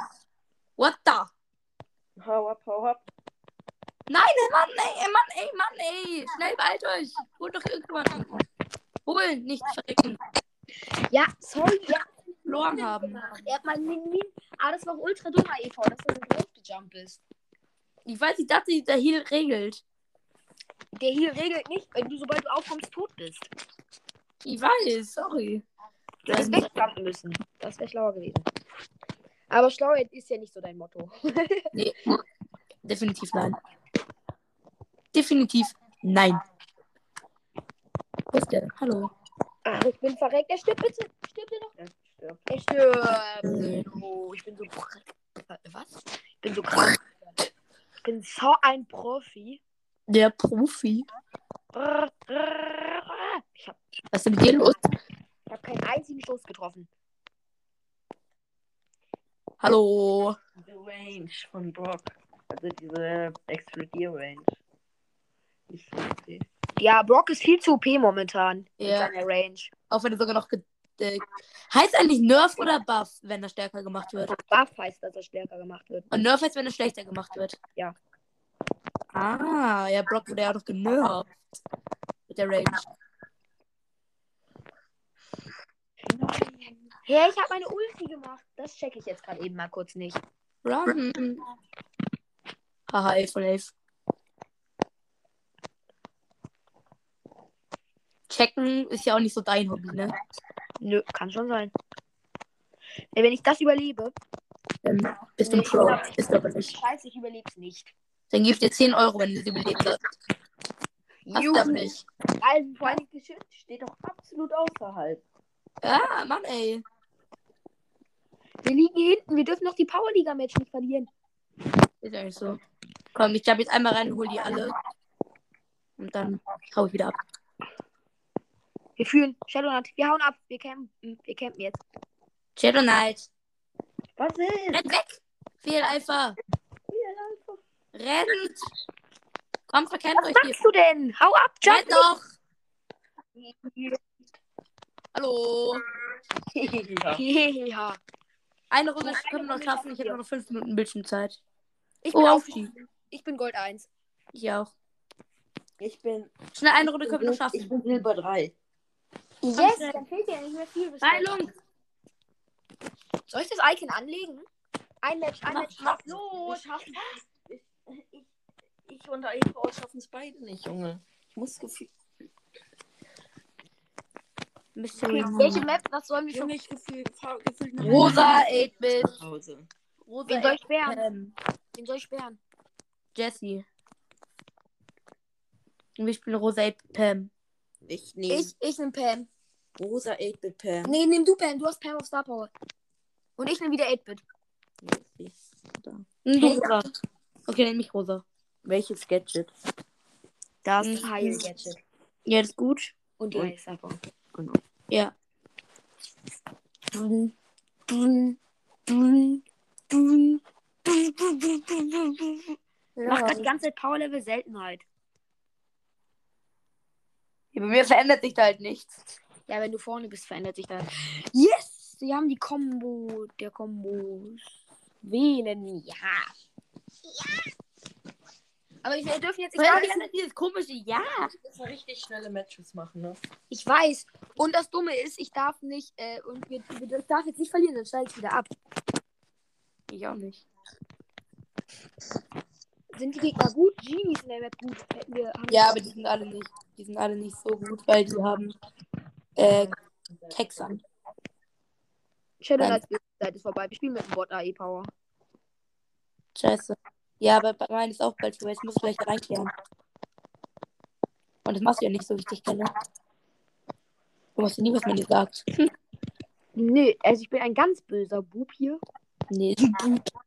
A: What the?
D: Hau ab, hau ab.
A: Nein, ey, Mann, ey, ey, Mann, ey, Mann, ey. Schnell beeilt euch. Holt doch irgendwann. Holen, nicht verrecken.
B: Ja, sorry, ja,
A: Verloren haben.
B: er hat mal Min Min. Ah, das war auch ultra dummer EV, dass er so hochgejumpt ist.
A: Ich weiß nicht, dass sie da hier regelt.
B: Der hier regelt nicht, wenn du, sobald du aufkommst, tot bist.
A: Ich weiß, sorry.
B: Du hättest wegjumpen müssen. Das wäre schlauer gewesen. Aber Schlauheit ist ja nicht so dein Motto.
A: Nee. Definitiv nein. Definitiv nein. Wo ist der? Hallo.
B: Ah, ich bin verreckt. Er stirbt bitte. Stirbt er noch?
D: Ja, stirbt.
B: Er stirbt. Oh, ich bin so. Was? Ich bin so krass. Ich bin so ein Profi.
A: Der Profi.
B: Ich habe
A: Was ist denn mit dir los?
B: ich hab keinen einzigen Stoß getroffen.
A: Hallo.
D: Diese Range von Brock. Also diese explodier Range. Die ist so okay.
B: Ja, Brock ist viel zu OP momentan mit
A: Ja.
B: seiner Range.
A: Auch wenn er sogar noch. ge- Äh, heißt eigentlich Nerf oder Buff, wenn er stärker gemacht wird?
B: Buff heißt, dass er stärker gemacht wird.
A: Und Nerf heißt, wenn er schlechter gemacht wird.
B: Ja.
A: Ah, ja, Brock wurde ja auch noch genervt. Mit der Range.
B: Hä, ich habe meine Ulti gemacht. Das checke ich jetzt gerade eben mal kurz nicht.
A: Run. Haha, 11 von 11. Checken ist ja auch nicht so dein Hobby, ne?
B: Nö, kann schon sein. Ey, wenn ich das überlebe.
A: Dann bist du ein
B: Nee,
A: Pro.
B: ich glaub,
A: Ist aber nicht.
B: Scheiße, ich überleb's nicht.
A: Dann gib dir 10 Euro, wenn du sie überlebt hast. Hast du aber nicht.
B: Also, vor allem,
D: Mein Geschütz steht doch halt- absolut außerhalb.
A: Ja, Ah, Mann, ey.
B: wir liegen hier hinten. Wir dürfen noch die Powerliga-Match nicht verlieren.
A: Ist ja nicht so. Komm, ich jump jetzt einmal rein und hol die alle. Und dann hau ich wieder ab.
B: Wir führen. Shadowland, wir hauen ab. Wir campen. Hm, Wir campen jetzt.
A: Shadow Knight.
D: Was ist?
A: Rennt weg! Fehl Alpha. Rennt! Komm, verkennt euch hier.
B: Was du denn? Hau ab,
A: Rennt
B: Jump.
A: doch! Hallo!
D: ja.
B: Ja.
A: Eine Runde können wir noch schaffen. Ich habe nur noch fünf Minuten Bildschirmzeit.
B: Ich bin,
A: Oh,
B: auf,
A: auf die.
B: ich bin Gold 1.
A: Ich auch.
D: Ich bin.
A: Schnell eine Runde können wir noch
D: Ich
A: schaffen.
D: bin Silber 3.
B: Yes, dann fehlt dir nicht mehr viel. bis
A: Nein,
B: dann.
A: Lung!
B: Soll ich das Icon anlegen? Ein Match, ein
A: Mach-
B: Match.
A: mach
D: Oh,
B: los.
D: Ich und Eva schaffen es beide nicht, Junge. Ich muss gefühlt.
A: Mystery
B: Welche
A: Moon.
B: Map? Was sollen wir schon?
D: Junge, ich gefühl, fahr- gefühlt nach
A: Rosa 8-Bit.
D: nach Hause.
A: Rosa
B: Wen soll ich sperren?
A: 8-Bit.
B: Wen soll ich sperren?
A: Jessie. Und wir spielen Rosa 8-Bit Pam.
D: Ich nehme
B: Ich, ich nehm Pam.
D: Rosa 8-Bit Pam.
B: Nee, nimm du Pam. Du hast Pam auf Star Power. Und ich nehm wieder 8-Bit.
D: Nee.
A: Hm, Du Rosa. Okay, nenn mich Rosa.
D: Welches Gadget?
B: Das
A: Mhm.
B: Heil Gadget.
A: Ja, das ist gut.
B: Und die
D: Und-
B: Heil Star Power.
A: Ja.
B: Dun, dun, dun, dun, dun, dun, dun, dun, dun, dun. Mach grad die ganze Zeit Power Level Seltenheit.
A: Ja, bei mir verändert sich da halt nichts.
B: Ja, wenn du vorne bist, verändert sich das. Yes! Sie haben die Combo der Kombos. Venen, ja. Ja! Aber wir dürfen jetzt
A: Ich
B: nicht
A: ja,
B: alles-
A: dieses komische Ja.
D: müssen richtig schnelle Matches machen, ne?
B: Ich weiß. Und das Dumme ist, ich darf nicht, äh, und wir, wir, ich darf jetzt nicht verlieren, dann steige ich wieder ab.
A: Ich auch nicht.
B: Sind die Gegner gut? Genies in der Map gut. Hätten Wir, haben
A: Ja, aber die sind alle nicht, die sind alle nicht so gut, weil die haben äh, Texan.
B: Shadow Knights Zeit ist vorbei. Wir spielen mit dem Bot AE Power.
A: Scheiße. Ja, aber bei meinen ist auch bald vorbei. Jetzt muss ich gleich reinkehren. Und das machst du ja nicht so wichtig, ne? Du machst ja nie, was man dir sagt.
B: Nee, also ich bin ein ganz böser Bub hier.
A: Nee.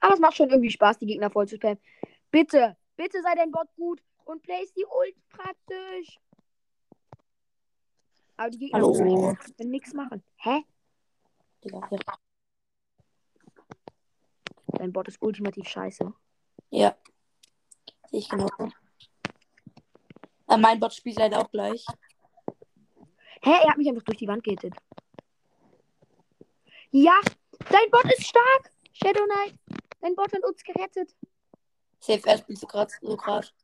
B: Aber es macht schon irgendwie Spaß, die Gegner voll zu spammen. Bitte, bitte sei dein Bot gut und place die Ult praktisch. Aber die Gegner
A: Hallo.
B: können nichts machen. Hä?
A: Digga, ja.
B: Dein Bot ist ultimativ scheiße.
A: Ja. Sehe ich genau. Äh, mein Bot spielt leider auch gleich.
B: Hä? Er hat mich einfach durch die Wand gehittet. Ja, dein Bot ist stark. Shadow Knight. Dein Bot hat uns gerettet.
A: Safe, er spielt so grad So grad.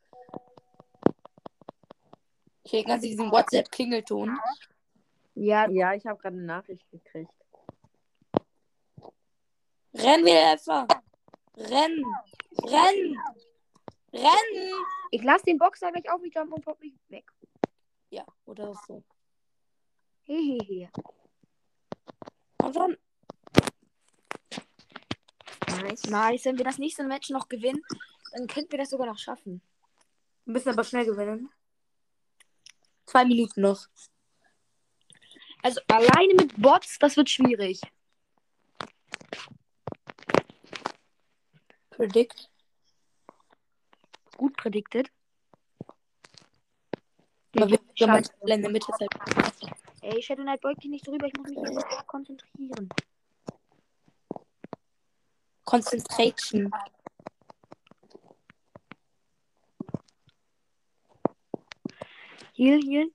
A: ich höre ganz diesen WhatsApp-Klingelton.
B: Ja,
D: Ja, ich habe gerade eine Nachricht gekriegt.
A: Renn wieder einfach. Renn. Renn. Renn.
B: ich lasse den Boxer gleich auf mich jumpen und pop mich weg.
A: Ja, oder so.
B: Hehehe.
A: Komm schon.
B: Nice. Nice. Wenn wir das nächste Match noch gewinnen, dann könnten wir das sogar noch schaffen.
A: Wir müssen aber schnell gewinnen. Zwei Minuten noch.
B: Also alleine mit Bots, das wird schwierig.
A: Predict.
B: Gut predicted.
A: Aber wir wir haben
B: Scheiße.
A: uns alle in der Mitte. deshalb-
B: Ey, Shadow Knight beugt dich nicht drüber, ich muss mich jetzt darauf konzentrieren.
A: Concentration.
B: Heal, heal.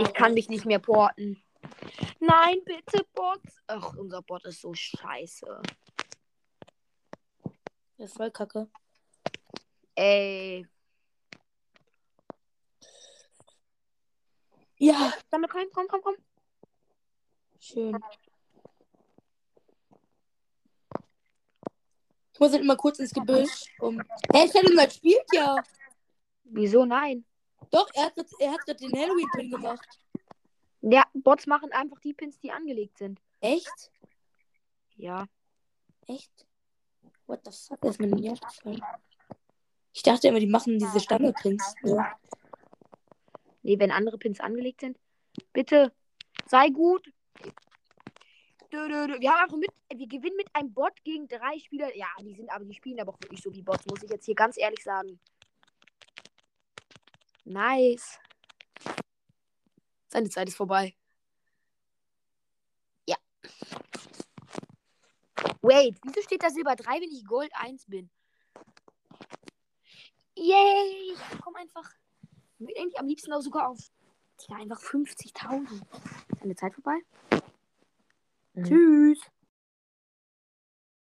B: Ich kann mich nicht mehr porten. Oh. Nein, bitte, Bot. Ach, unser Bot ist so scheiße.
A: Das ist voll kacke.
B: Ey.
A: Ja,
B: Sammel komm, komm, komm, komm.
A: schön. Ich muss halt immer kurz ins Gebüsch. Um... Hey, Shadowman spielt ja.
B: Wieso nein?
A: Doch, er hat grad- er hat gerade den Halloween-Pin gemacht.
B: Ja, Bots machen einfach die Pins, die angelegt sind.
A: Echt?
B: Ja.
A: Echt? What the fuck ist mir denn hier aufgefallen? Ich dachte immer, die machen diese Standardpins. Ja.
B: Nee, wenn andere Pins angelegt sind. Bitte, sei gut. Dö, dö, dö. Wir haben einfach mit, wir gewinnen mit einem Bot gegen drei Spieler. Ja, die sind aber, die spielen aber auch wirklich so wie Bots, muss ich jetzt hier ganz ehrlich sagen. Nice. Seine Zeit ist vorbei. Ja. Wait, wieso steht da Silber 3, wenn ich Gold 1 bin? Yay! Ich komm einfach. Ich würde eigentlich am liebsten auch sogar auf Digga, einfach 50.000. Ist eine Zeit vorbei?
D: Mhm.
B: Tschüss.